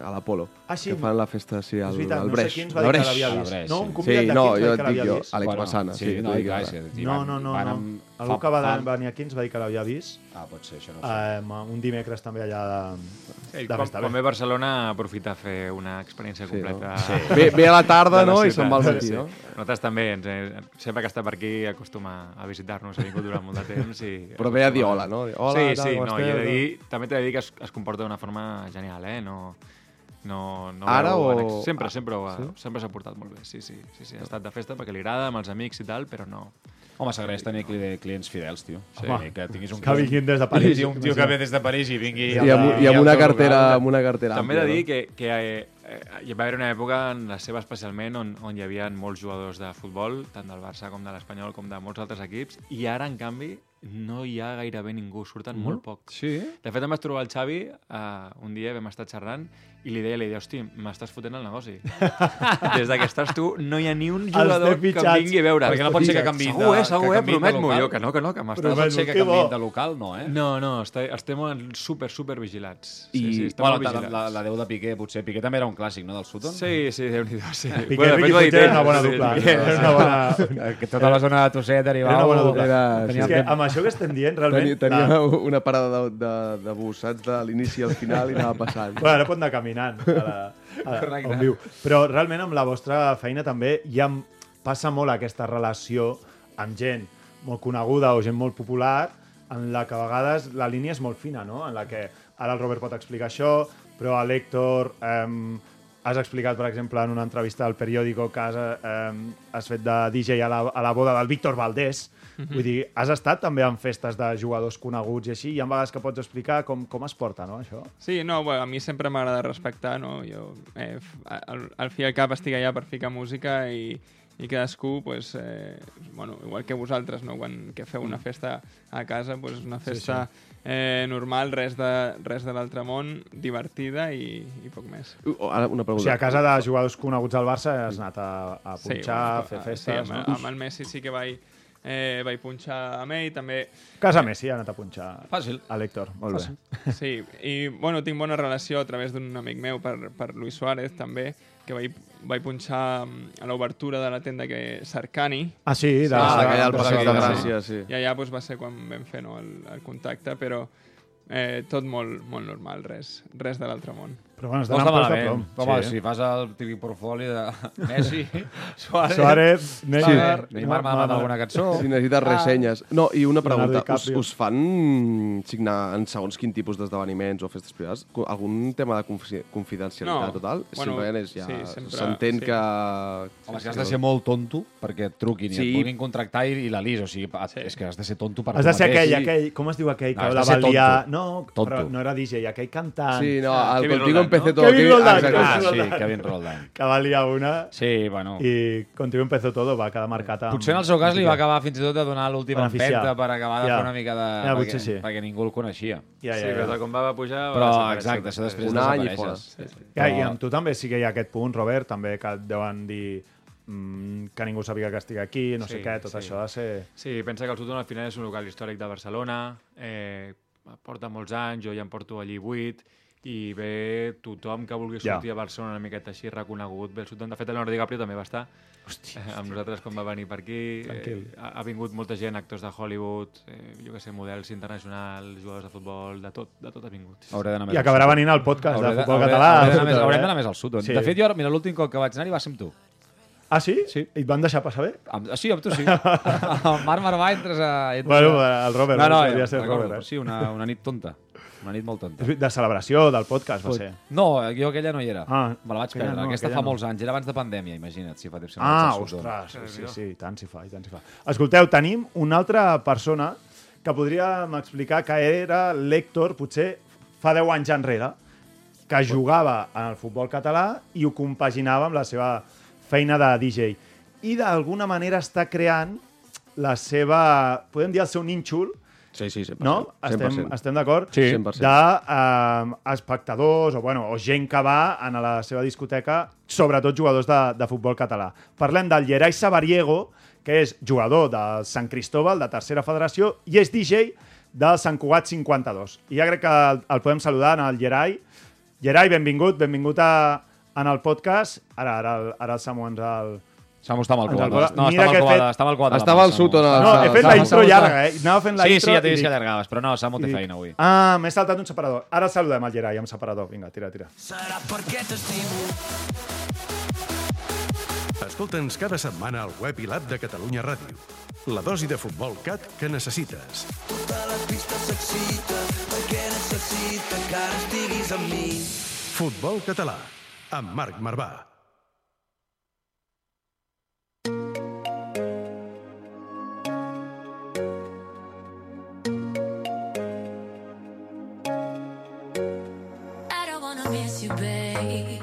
F: a l'Apolo.
D: Ah, sí?
F: Que fan la festa, sí, al,
D: És veritat,
F: al
D: no sé
F: Breix.
D: qui ens va
F: Al
D: dir que
F: Breix.
D: l'havia
E: al
D: vist.
E: Breix,
D: no,
E: sí.
D: un
F: Sí,
D: convidat
F: no,
D: d'aquí ens va dir que
F: jo et dic
D: l'havia
F: jo,
D: vist.
F: Àlex Massana.
E: Sí,
F: t'ho
E: no,
F: dic
E: i
F: jo,
E: clar,
F: ara.
E: sí, sí,
D: No,
E: van-
D: no, no,
E: van
D: no.
E: amb-
D: Algú
E: fa-
D: que va de-
E: fan-
D: venir aquí ens va dir que l'havia vist.
E: Ah, pot ser, això no ho sé.
D: Um, un dimecres també allà de,
G: Sí,
D: de
G: quan,
D: festa.
G: quan ve a Barcelona aprofita a fer una experiència completa. Sí,
F: Ve, ve a la tarda, no?, i se'n va al matí,
G: Sí, sí.
F: no?
G: Nosaltres també, ens, eh, sempre que està per aquí acostuma a visitar-nos, ha vingut durant molt de temps. I
F: Però ve a dir
G: acostuma-
F: hola, no? Dir, Hola,
G: sí,
F: tal,
G: sí,
F: com
G: no,
F: esteu?"
G: i he de dir, també t'he de dir que es, es comporta d'una forma genial, eh? No, no, no
F: Ara
G: veu
F: o-
G: annex- Sempre,
F: ah,
G: sempre ho ha,
F: sí?
G: sempre s'ha portat molt bé, sí, sí, sí, sí. Ha estat de festa perquè li agrada, amb els amics i tal, però no.
E: Home, s'agraeix tenir cli- clients fidels, tio. Sí.
D: Home,
E: que tinguis un
D: que vinguin des de París.
E: I un tio que ve des de París i vingui...
F: I amb, i amb una cartera, amb una cartera
G: També he de
F: àmplia,
G: dir
F: no?
G: que, que eh, eh, hi va haver una època en la seva especialment on, on hi havia molts jugadors de futbol, tant del Barça com de l'Espanyol com de molts altres equips, i ara, en canvi, no hi ha gairebé ningú, surten molt pocs.
E: Sí?
G: De fet, em vaig trobar el Xavi uh, un dia, vam estar xerrant, i li deia, li deia, hosti, m'estàs fotent el negoci. Des de que estàs tu, no hi ha ni un jugador que em
D: desfitxats.
G: vingui a veure.
E: Perquè no pot ser que canviïn de-
G: Segur, eh, segur,
E: que
G: eh,
E: canviïn de
G: promet-m'ho.
E: local.
G: Jo que no, que no, que
E: No
G: m'estàs...
E: pot ser que
D: Que bo.
E: canviïn de local, no, eh?
G: No, no, està, estem super, super vigilats. Sí,
F: I-
G: sí, estem
E: Bueno,
G: molt
E: la,
G: vigilats.
E: la, la déu de Piqué, potser. Piqué també era un clàssic, no?, del Sutton? Ah,
G: Sí, sí, Déu-n'hi-do, sí.
D: Piqué bueno, Ricky Ah. Puig era
G: després ho ha dit ell,
D: una bona
G: sí,
D: dupla.
G: Piqué.
D: Era una bona...
E: Que tota la zona de Tosset,
D: Era
E: Aribau...
D: una bona dupla.
F: Oh, era-
D: és que amb això que estem dient, realment...
F: Tenia,
D: la-
F: tenia una parada de, de, de bus, saps? De l'inici al final i anava passant.
D: Bueno, ara pot anar caminant a la, a, a on viu. Però realment amb la vostra feina també hi ha, passa molt aquesta relació amb gent molt coneguda o gent molt popular en la que a vegades la línia és molt fina, no? En la que ara el Robert pot explicar això, però a l'Hèctor eh, has explicat, per exemple, en una entrevista al periòdico que has, eh, has fet de DJ a la, a la boda del Víctor Valdés.
E: Mhm.
D: Vull dir, has estat també en festes de jugadors coneguts i així, i hi ha vegades que pots explicar com, com es porta, no, això?
H: Sí, no, bueno, a mi sempre m'agrada respectar, no? Jo, eh, f- al, al fi i al cap estic allà per ficar música i, i cadascú, pues, eh, bueno, igual que vosaltres, no? Quan que feu una festa a casa, pues, és una festa sí, sí. Eh, normal, res de, res de l'altre món, divertida i, i poc més.
F: Uh, Ara una
D: O
F: pregunta.
D: sigui, a casa de jugadors coneguts al Barça has anat a, a punxar, a
H: bueno,
D: fer
H: clar,
D: festes...
H: Sí, amb,
D: no?
H: amb el Messi sí que vaig, eh, vaig punxar amb ell, també
D: Casa Messi ha anat a punxar
E: Fàcil.
D: a l'Hèctor. Molt bé.
H: Sí, i bueno, tinc bona relació a través d'un amic meu, per, per Luis Suárez, també, que vaig, vaig punxar mm, a l'obertura de la tenda que Sarcani,
D: Ah, sí? De,
F: Ah,
D: de-
F: aquella al
D: de-
F: Passeig
D: de-
F: de Gràcia, sí.
H: i allà doncs, va ser quan vam fer no, el, el contacte, però eh, tot molt, molt normal, res, res de l'altre món.
D: Però bueno, es
E: No
D: donen
E: està
D: pols de
E: malament.
D: plom.
E: Home, si fas el típic portfoli de Messi, Suárez...
D: Suárez, Messi...
E: Neymar, Neymar m'ha demanat alguna cançó.
D: Oh.
F: Si necessites
D: Ah.
F: ressenyes. No, i una
D: Leonardo
F: pregunta. Us,
D: DiCaprio.
F: us fan signar en segons quin tipus d'esdeveniments o festes privades co- algun tema de confi- confidencialitat
H: No.
F: total?
H: Bueno,
F: Simplement és ja...
H: sí, sempre-
F: S'entén
H: sí.
F: que...
E: Home, és que has de ser molt tonto perquè et truquin i
F: Sí.
E: et puguin contractar i, i la lis. O sigui, pa- és que has de ser tonto per
D: Has
E: tu
D: de ser
E: mateix.
D: aquell, aquell... Com es diu aquell
E: No,
D: que
E: has de
D: la
E: ser
D: valia...
E: tonto.
D: No, però
E: Tonto.
D: no era DJ, aquell cantant
F: Sí, no, el
G: Kevin
F: contigo
G: Roldán,
F: empecé
G: no?
F: todo.
D: Kevin Roldán,
F: exacte.
E: Ah,
D: Kevin
E: sí,
D: Roldán.
E: Kevin Roldán.
D: que valia una...
E: Sí, bueno. I...
D: I um, contigo empezó todo, va quedar marcat amb...
E: Potser en el seu cas li va acabar fins i tot de donar l'última
D: Beneficiar.
E: empenta per acabar de
D: Ja.
E: fer una mica de...
D: Ja,
E: perquè,
D: potser sí.
E: perquè ningú el coneixia.
D: Ja,
G: Sí,
D: ja,
G: però
D: ja.
G: quan va pujar... va
E: Però,
G: desaparèixer.
E: exacte, això després
F: Un any i fora.
E: desapareixes.
D: Ja, I amb tu també sí que hi ha aquest punt, Robert, també que et deuen dir mm, que ningú sabia que estic aquí, no sé
G: Sí,
D: què, tot
G: sí.
D: això ha de ser...
G: Sí, pensa que el Sutton al final és un local històric de Barcelona, eh, porta molts anys, jo ja en porto allí 8, i ve tothom que vulgui
D: Ja.
G: sortir a Barcelona una miqueta així reconegut. Ve el Sutton, de fet, el Leonardo DiCaprio també va estar Hosti, eh, amb nosaltres quan va venir per aquí. Eh, ha, ha vingut molta gent, actors de Hollywood, eh, jo que sé, models internacionals, jugadors de futbol, de tot, de tot ha vingut.
E: Hauré d'anar més
D: I
E: al
D: acabarà
E: sud.
D: venint al podcast
E: Hauré
D: de futbol
E: hauré-
D: català.
E: Hauré d'anar més,
D: Absolutament.
E: haurem d'anar més al sud.
D: Sí.
E: Sí. De fet, jo, ara- mira, l'últim cop que vaig anar-hi va ser amb tu.
D: Ah, sí? sí? I et van deixar passar bé?
E: Amb, ah, sí, amb tu sí. amb Marc Marvà entres a... Entres
D: Bueno,
E: a...
D: el Robert,
E: no, no,
D: hauria de ser
E: recordo,
D: Robert, eh?
E: però Sí, una, una nit tonta. Una nit molt tonta.
D: De celebració del podcast, va ser.
E: No, jo aquella no hi era.
D: Ah,
E: Me la vaig
D: aquella
E: perdre.
D: no,
E: Aquesta
D: aquella
E: fa
D: no.
E: molts anys. Era abans de pandèmia, imagina't, si fa temps que no
D: Ah,
E: vaig al Sudó.
D: ostres, sí, sí, sí, i tant s'hi fa, i tant s'hi fa. Escolteu, tenim una altra persona que podríem explicar que era l'Hèctor, potser fa 10 anys enrere, que que jugava en el futbol català i ho compaginava amb la seva feina de DJ. I d'alguna manera està creant la seva, podem dir el seu nínxol,
F: Sí, sí, 100%.
D: no? Estem,
F: 100%.
D: estem d'acord?
F: Sí.
D: D'espectadors o, bueno, o gent que va a la seva discoteca, sobretot jugadors de, de futbol català. Parlem del Llerai Sabariego, que és jugador del Sant Cristóbal, de Tercera Federació, i és DJ del Sant Cugat 52. I ja crec que el, el podem saludar en el Llerai. Llerai, benvingut, benvingut a, en el podcast. Ara, ara, el- ara el Samu ens el...
E: Samu està mal
D: Ens
E: colat.
D: el-
E: No,
D: Mira que
E: està mal
D: he
E: colat.
D: fet-
E: Està mal colat.
F: Estava al sud on...
E: Ah,
D: No, eh, he fet la
E: Samu,
D: intro
E: Samu,
D: llarga, eh? Anava fent la
E: Sí,
D: intro
E: sí, ja
D: i
E: t'he vist
D: dic-
E: que allargaves, però no, Samu té
D: dic,
E: feina avui.
D: Ah, m'he saltat un separador. Ara el saludem el Gerai amb separador. Vinga, tira, tira.
B: Serà perquè t'estimo.
C: Escolta'ns cada setmana al web i l'app de Catalunya Ràdio. La dosi de futbol cat que necessites.
B: Tota la pista s'excita perquè necessita que ara estiguis amb mi.
C: Futbol català, amb Marc Marvà.
I: I don't wanna miss you, babe.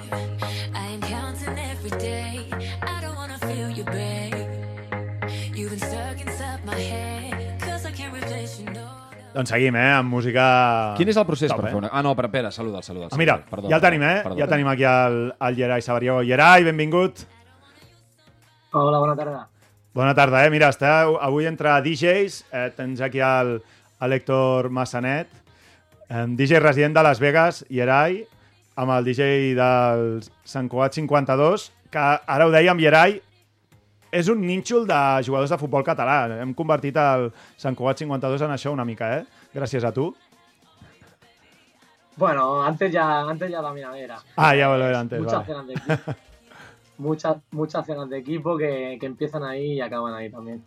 I: I am counting every day. I don't wanna feel you, babe. You've been stuck inside my head. Cause I can't replace you, no. no.
D: Doncs seguim, eh, amb música...
E: Quin és el procés
D: Top,
E: per
D: eh?
E: fer una... Ah, no, però espera, saluda'l, saluda'l.
D: Ah, mira,
E: saluda'l. Perdó,
D: ja el
E: perdó,
D: tenim, eh?
E: perdó.
D: Ja tenim aquí el, el Gerai Sabariego. Gerai, benvingut.
J: Hola, bona tarda.
D: Bona tarda, eh? Mira, està avui entre DJs. Eh, tens aquí el, el Héctor Massanet, eh, DJ resident de Las Vegas, Gerai, amb el DJ del Sant Cugat 52, que ara ho dèiem, Gerai, és un nínxol de jugadors de futbol català. Hem convertit el Sant Cugat 52 en això una mica, eh? Gràcies a tu.
J: Bueno, antes ya, antes ya la miradera.
D: Ah, ya lo era antes,
J: Muchas
D: vale.
J: cenas de equipo. Muchas, muchas cenas de equipo que, que empiezan ahí y acaban ahí también.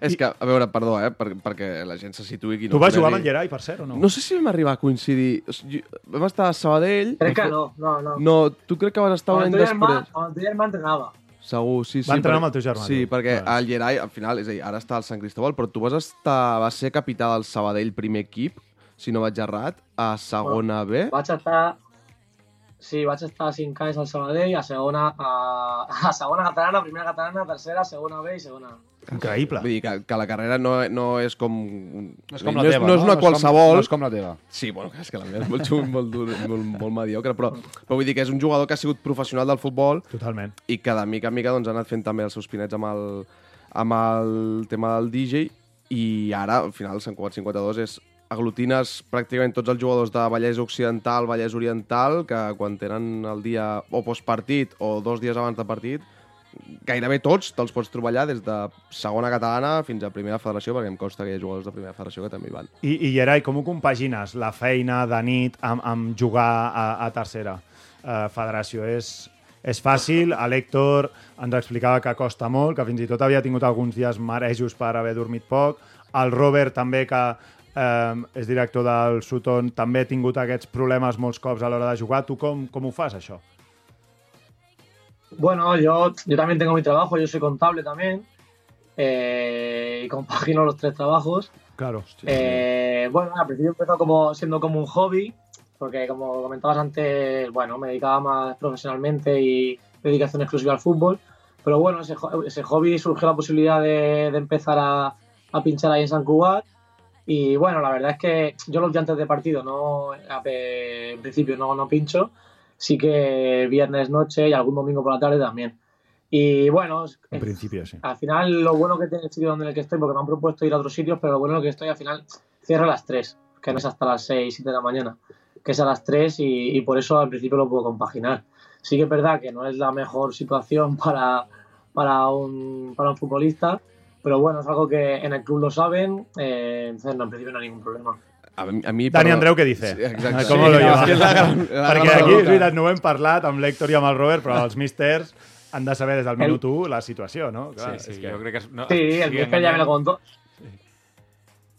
F: És que, a veure, perdó, eh, per, perquè la gent se situï qui no
D: tu vas
F: conegui.
D: jugar amb el Gerai, per cert, o no?
F: No sé si vam arribar a coincidir. O sigui, jo- vam estar a Sabadell...
J: Crec que no, no, no.
F: No, tu crec que vas estar un
J: Cuando
F: any
J: tu germà,
F: després.
J: quan el teu germà entrenava.
F: Segur, sí, sí.
D: Va entrenar
F: perquè-
D: amb el teu germà,
F: Sí,
D: tu.
F: perquè
D: Vale.
F: el Gerai, al final, és a dir, ara està al Sant Cristobal, però tu vas estar... Vas ser capità del Sabadell primer equip, si no vaig errat, a segona B.
J: Vaig estar... Sí, vaig estar 5 anys al Sabadell, a segona, a, a segona catalana, primera catalana, tercera, segona B i segona A.
D: Increïble.
F: Vull dir que, que la carrera no, no és com...
E: No és com
F: no
E: la
F: és,
E: teva,
F: no? és una
E: és com-
F: qualsevol.
E: No és com la teva.
F: Sí, bueno, és que la meva és molt xum, molt, dur, molt, molt mediocre, però, però vull dir que és un jugador que ha sigut professional del futbol
D: Totalment.
F: i que de mica en mica doncs, ha anat fent també els seus pinets amb el, amb el tema del DJ i ara, al final, el Sant Cugat 52 és aglutines pràcticament tots els jugadors de Vallès Occidental, Vallès Oriental, que quan tenen el dia o postpartit o dos dies abans de partit, gairebé tots te'ls pots trobar allà des de segona catalana fins a primera federació, perquè em consta que hi ha jugadors de primera federació que també hi van.
D: I, I Gerai, com ho compagines, la feina de nit amb, amb jugar a, a tercera eh, federació? És, és fàcil, a l'Hèctor ens explicava que costa molt, que fins i tot havia tingut alguns dies marejos per haver dormit poc, el Robert també, que eh, és director del Sutton, també ha tingut aquests problemes molts cops a l'hora de jugar. Tu com, com ho fas, això?
J: Bueno, yo, yo también tengo mi trabajo, yo soy contable también. eh, y compagino los tres trabajos.
D: Claro.
J: Eh, bueno, al principio empezó como, siendo como un hobby, porque como comentabas antes, bueno, me dedicaba más profesionalmente y dedicación exclusiva al fútbol. Pero bueno, ese, jo- ese hobby surgió la posibilidad de, de empezar a, a pinchar ahí en San Cugat. Y bueno, la verdad es que yo los días antes de partido, no, a- eh, en principio no, no pincho. Sí que viernes noche y algún domingo por la tarde también. Y bueno,
D: En principi, sí.
J: al final, lo bueno que tiene el sitio donde en el que estoy, porque me han propuesto ir a otros sitios, pero lo bueno que estoy al final cierra a las 3, que no es hasta las 6, 7 de la mañana, que es a las 3 y, y por eso al principio lo puedo compaginar. Sí que es verdad que no es la mejor situación para, para, un, para un futbolista, pero bueno, es algo que en el club lo saben, eh, entonces no, en principio no hay ningún problema.
F: A, mi- a mi,
D: Dani
F: perdó.
D: Andreu, què dice?
F: Sí, exacte.
D: Com lo
F: Sí,
D: lleva?
F: és que és la gran- la
D: Perquè aquí,
F: gran
D: és
F: pregunta.
D: veritat, no ho hem parlat amb l'Hèctor i amb el Robert,
G: Ah.
D: però els místers han de saber des del minut 1 la situació, no? Clar,
G: sí,
D: és
G: sí, jo crec que... es- No,
J: Sí, el
G: sigue
J: míster ya me lo contó.
G: engañando.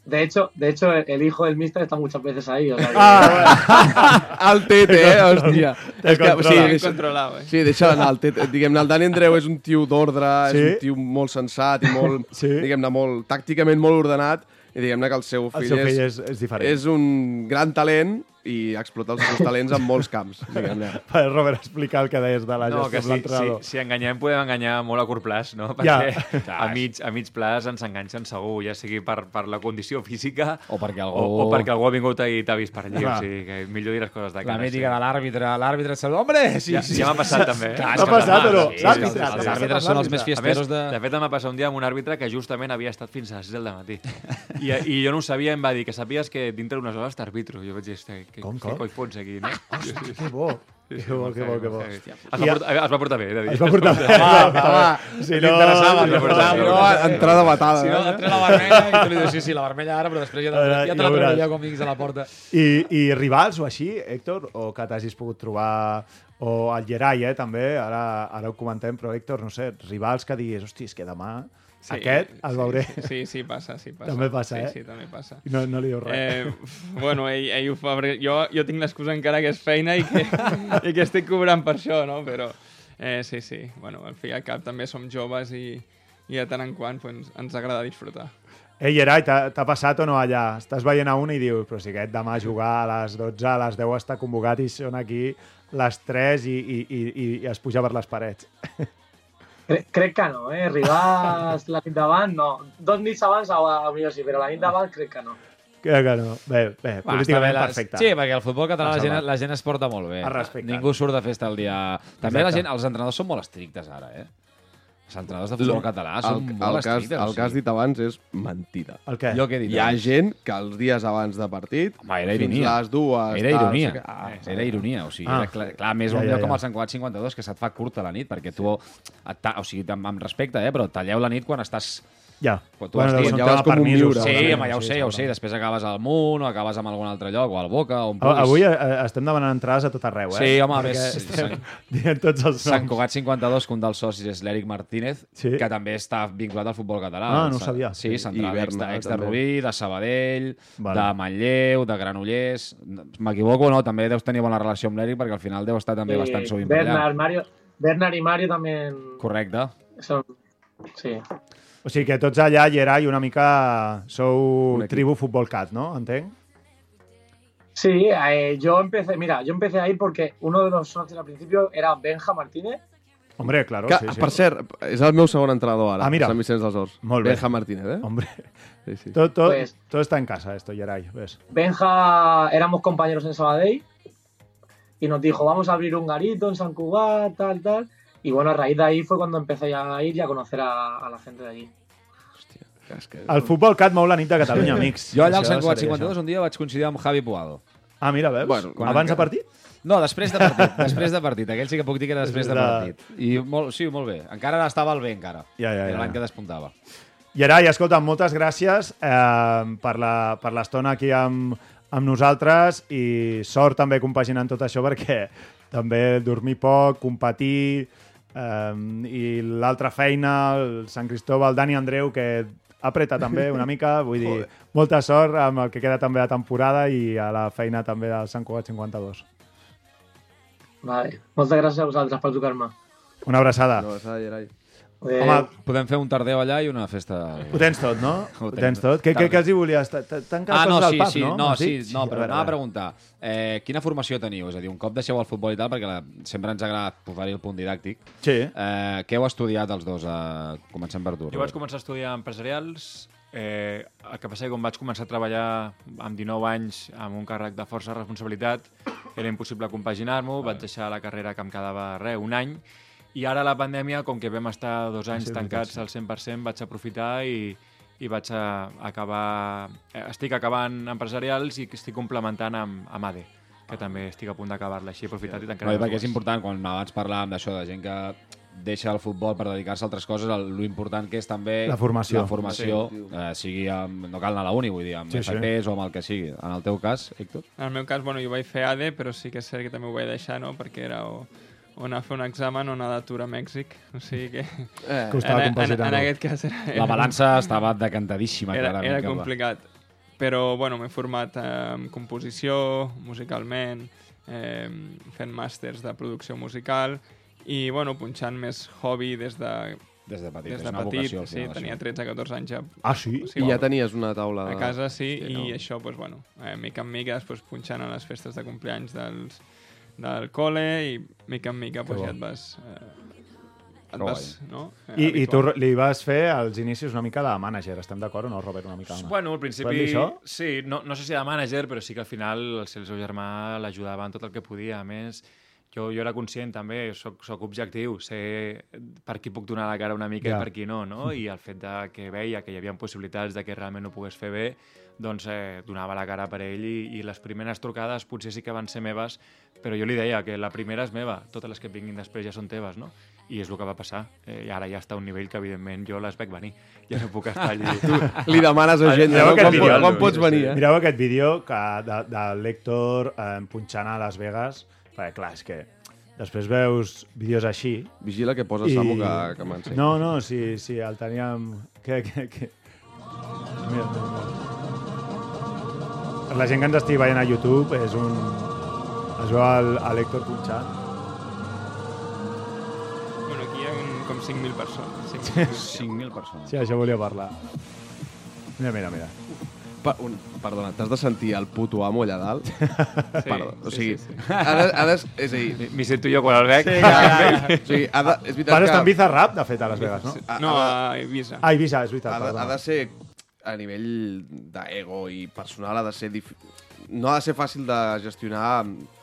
J: De hecho, de hecho, el- el hijo del míster está muchas veces ahí. o sea que-
D: Ah,
F: El tete, eh? Hòstia.
D: Te
F: És que, o sigui,
D: controla.
F: deixa-
H: Controlado, eh?
F: Sí, deixa anar el tete. Diguem-ne, el Dani Andreu és un tio d'ordre,
D: Sí.
F: és un tio molt sensat i molt,
D: Sí.
F: diguem-ne, molt, tàcticament molt ordenat. I diguem-ne que el seu
D: bueno, el
F: fill,
D: seu fill
F: és,
D: és, és diferent.
F: és un gran talent i i explotar els seus talents en molts camps, diguem-ne.
D: Per Robert explicar el que deies de la
G: No,
D: gestió
G: que
D: amb
G: si, si,
D: l'entrenador.
G: si enganyem podem enganyar molt a curt plaç, no?
D: Ja.
G: Perquè a, mig, a mig plaç ens enganxen segur, ja sigui per, per la condició física
E: O perquè algú-
G: o, o perquè algú ha vingut i t'ha vist per allí.
D: Clar.
G: O sigui, que millor dir les coses de
E: La
G: cara.
E: mítica de l'àrbitre, l'àrbitre és el... Hombre, sí,
G: Ja,
E: sí.
G: ja m'ha passat, també.
E: Clar,
D: M'ha
E: és que els
D: passat, però,
E: àrbitres-
D: l'àrbitre,
E: sí, sí,
D: l'àrbitre,
E: Els àrbitres són els
D: l'àrbitre.
E: més
G: A més,
E: fiesteros de...
G: de fet, em va passar un dia amb un àrbitre que justament havia estat fins a les 6 del matí. I, I jo no ho sabia, em va dir que sabies que dintre d'unes hores t'arbitro. Jo vaig dir, "Hosti, què,
D: Com,
G: què
D: com?
G: coi fots aquí, no?
D: Hòstia, que bo. Que bo, que bo, que bo.
G: Es va,
D: I a-
G: portar, es va portar bé, he de dir.
D: Es va portar bé.
E: Va, va, va.
D: Si no-
E: T'interessava,
D: si no-
E: t'interessava,
G: si no-
E: però-
F: Entrada batada.
E: Si no, et treu la vermella i tu li dius, sí, sí, la vermella ara, però després ja te,
D: Ara,
E: ja te
D: ja
E: la treu
D: veuràs.
E: jo com vinguis a la porta.
D: I, I rivals o així, Héctor, o que t'hagis pogut trobar, o el Gerai, eh, també, ara, ara ho comentem, però Héctor, no sé, rivals que diguis, hosti, és que demà sí, aquest el
H: sí,
D: veuré. Sí,
H: Sí, sí, passa, sí, passa.
D: També passa,
H: sí,
D: eh?
H: Sí, també passa.
D: sí. No, no li dius res.
H: Eh, uf, bueno, ell, ell ho fa perquè jo, jo tinc l'excusa encara que és feina i que, i que estic cobrant per això, no? Però eh, sí, sí, bueno, al fi i al cap també som joves i, i de tant en quant pues, ens agrada disfrutar.
D: Ei, Gerai, t'ha t'ha passat o no allà? Estàs veient a un i dius, però si aquest demà a jugar a les 12, a les 10 està convocat i són aquí les 3 i, i, i, i- i es puja per les parets.
J: Cre crec que no, eh? Arribar la nit d'abans, no. Dos nits abans, a, a millor sí, però la nit d'abans crec que no.
D: Crec Eh, que no. Bé, bé,
E: Va,
D: políticament
E: està bé, la-
D: perfecte.
E: Sí, perquè el futbol català la
D: Passa,
E: gent,
D: va.
E: la gent es porta molt bé.
D: Es respecten.
E: Ningú surt de festa el dia... També la
D: Exacte.
E: gent, els entrenadors són molt estrictes ara, eh? Els entrenadors de futbol català
F: el,
E: són molt
F: el, cas,
E: estrictes.
F: el
E: o
F: que has
E: sigui.
F: dit abans és mentida.
D: El què?
E: Jo què he dit?
F: Hi ha gent que els dies abans de partit,
E: Home, era
F: fins
E: ironia.
F: les
E: Era
F: dues... tal,
E: ironia.
F: no sé què- Ah,
E: Era ironia, o sigui,
D: Ah.
E: ah. era clar, clar, més
D: Ja,
E: ja, un
D: ja,
E: lloc
D: ja.
E: com el Sant Cugat 52 que se't fa curta la nit, perquè tu, et ta, o sigui, amb, amb respecte, eh, però talleu la nit quan estàs...
D: Ja.
E: Quan tu has dit,
D: és un
E: ja
D: tema eh?
F: vas com un
D: permisos,
F: viure,
E: Sí,
D: segurament.
E: home, ja ho sé, ja ho sé, i
D: segurament.
E: després acabes al Munt o acabes amb algun altre lloc, o al Boca, on
D: A-
E: puguis.
D: Avui eh, estem demanant entrades a tot arreu, eh?
E: Sí, home, a
D: Perquè
E: més,
D: estem
E: Sant-
D: Dient tots els
E: Sant
D: noms.
E: Cugat 52, que un dels socis és l'Eric Martínez,
D: Sí.
E: que també està vinculat al futbol català.
D: Ah, no
E: El
D: ho
E: sa-
D: sabia.
E: Sí, central,
F: I
E: ex, de,
F: Berna,
E: ex de
F: també.
E: Rubí, de Sabadell,
D: Vale.
E: de Manlleu, de Granollers... M'equivoco o no? També deus tenir bona relació amb l'Eric, perquè al final deu estar també bastant
J: I
E: sovint per allà.
J: Bernard, Mario, Bernard i Mario també
E: Correcte.
J: són... Sí.
D: O sigui que tots allà, Gerai, una mica sou
F: Un equip.
D: tribu Futbol Cat, no? Entenc?
J: Sí, eh, yo empecé, mira, yo empecé a ir porque uno de los socios al principio era Benja Martínez.
D: Hombre, claro,
F: Que,
D: sí, sí.
F: Per cert, és el meu segon entrenador ara,
D: Ah, mira.
F: a Sant Vicenç dels Horts.
D: Molt bé. Oh.
F: Benja Martínez, eh?
D: Hombre,
F: Sí, sí.
D: todo, todo,
J: Pues-
D: todo está en casa esto, Geray, ¿ves?
J: Benja, éramos compañeros en Sabadell y nos dijo, vamos a abrir un garito en San Cugat, tal, tal. Y bueno, a raíz de ahí fue cuando empecé ya a ir y a conocer a, a la gente de allí.
F: És que...
D: El Futbol Cat mou la nit de Catalunya, amics.
E: Jo allà al
D: Això
E: Sant Cugat
D: seria
E: 52 un dia vaig coincidir amb Javi Puado.
D: això. Ah, mira, veus?
F: Bueno, quan
D: Abans de
F: encara-
D: partit?
E: No, després de partit. després de partit. Aquell sí que puc dir que era després de
D: Després
E: partit. I molt, sí, molt bé. Encara estava al bé, encara.
D: Ja, ja,
E: Era
D: ja.
E: l'any que despuntava.
D: Gerai, escolta, moltes gràcies eh, per la- per l'estona aquí amb, amb nosaltres i sort també compaginant tot això perquè també dormir poc, competir eh, i l'altra feina, el Sant Cristòbal, Dani Andreu, que apreta també una mica, vull dir, molta sort amb el que queda també de temporada i a la feina també del Sant Cugat 52.
J: Vale. Muchas gracias a vosotras por tu karma.
D: Una abraçada.
F: No, s'ha de dir, ai.
J: Adeu.
D: Eh, Home,
E: Podem fer un tardeu allà i una festa...
D: ho tens tot, no? Ho
E: Ho
D: tens
E: tens
D: tot. Què, què,
E: Tarda.
D: què els hi volies? T'han quedat
E: Ah, no,
D: coses
E: sí,
D: al pub,
E: sí,
D: no?
E: no, sí, no,
D: a
E: però
D: veure,
E: anava a
D: veure.
E: preguntar, eh, quina formació teniu? És a dir, un cop deixeu el futbol i tal, perquè la, sempre ens agrada posar-hi el punt didàctic,
D: Sí.
E: eh, què heu estudiat els dos? Eh, comencem per tu.
G: Jo vaig començar a estudiar empresarials, eh, el que passa que quan vaig començar a treballar amb 19 anys amb un càrrec de força responsabilitat, era impossible compaginar-m'ho, vaig deixar la carrera que em quedava re, un any, i ara la pandèmia, com que vam estar dos anys tancats al 100%, vaig aprofitar i, i vaig a acabar... eh, Estic acabant empresarials i estic complementant amb, amb ADE, que també estic a punt d'acabar-la així, he aprofitat i tancar
E: No, i perquè és important, quan abans parlàvem d'això, de gent que deixa el futbol per dedicar-se a altres coses, el, lo important que és també
D: La formació.
E: la formació eh, sigui amb, no cal anar a la uni, vull dir, amb
D: Sí,
E: sí,
D: sí.
E: FPs o amb el que sigui. En el teu cas, Héctor?
H: En el meu cas, bueno, jo vaig fer ADE, però sí que és cert que també ho vaig deixar, no? Perquè era o, o anar a fer un examen o anar de tour a Mèxic. O sigui que...
D: Costava
H: en, en, en
D: compaginar-ho.
H: aquest cas era,
E: La balança estava decantadíssima.
H: era,
E: clarament,
H: era
E: cap a-
H: complicat. Però, bueno, m'he format eh, en composició, musicalment, eh, fent màsters de producció musical i, bueno, punxant més hobby des de
E: Des de petit,
H: Des
E: és
H: de
E: una
H: petit,
E: vocació. al
H: sí,
E: final,
H: tenia
E: això.
H: 13, 14 anys ja.
D: Ah, sí?
H: O
F: I
H: sigui,
F: ja tenies una taula...
H: a casa sí,
F: Sí,
H: i
F: no.
H: això, doncs, bueno, eh, mica en mica, després punxant a les festes de compleanys dels, del col·le i mica en mica doncs,
E: bo.
H: ja et vas... Eh, et
E: Que
H: vas, no? Eh,
D: I, I tu
H: habituant.
D: li vas fer als inicis una mica de manager, estem d'acord o no, Robert, una mica? Una?
G: Bueno, al
D: Podem
G: principi...
D: dir això?
G: Sí, no, no sé si de mànager, però sí que al final el seu, el seu germà l'ajudava en tot el que podia. A més, jo, jo era conscient també, soc, soc objectiu, sé per qui puc donar la cara una mica
D: Ja. Mm.
G: i per qui no, no? I el fet de que veia que hi havia possibilitats de que realment ho pogués fer bé, doncs eh, donava la cara per ell i, i les primeres trucades potser sí que van ser meves, però jo li deia que la primera és meva, totes les que vinguin després ja són teves, no? I és el que va passar. Eh, I ara ja està a un nivell que, evidentment, jo les veig venir. Ja no puc estar allí.
F: Li demanes a gent,
D: Mireu
F: no?
D: aquest
F: Quan,
D: vídeo,
F: quan, quan pots
G: sí,
F: venir, eh?
D: Mireu aquest vídeo que de, de l'Hèctor eh, punxant a Las Vegas, perquè clar, és que després veus vídeos així...
F: Vigila que poses I... Samu que, que m'ensenyi.
D: No, no, si, si el teníem... Que, que, que... Mira. Per La gent que ens estigui veient a YouTube és un... Es veu el- a l'Hèctor punxant.
H: Bueno, aquí hi ha un, com 5.000 persones.
E: 5.000 persones.
D: Sí, això volia parlar. Mira, mira, mira.
F: Pa un, perdona, t'has de sentir el puto amo allà dalt? Sí, Perdó, o
H: sí,
F: sigui, sí,
H: sí, sí.
F: sí, sí. Ha de, ha de, és a dir,
G: M'hi sento jo quan el veig.
F: ha de, o sigui, ha de, és
D: Vas
F: veritat
D: estar en
F: que
D: Bizarrap, de fet, a Las Vegas, no?
F: ha,
H: No,
F: ha,
H: a Ibiza.
D: Ah, Ibiza, és veritat.
F: de, ha, de, ha
D: perdona.
F: de ser, a nivell d'ego i personal, ha de ser dif... no ha de ser fàcil de gestionar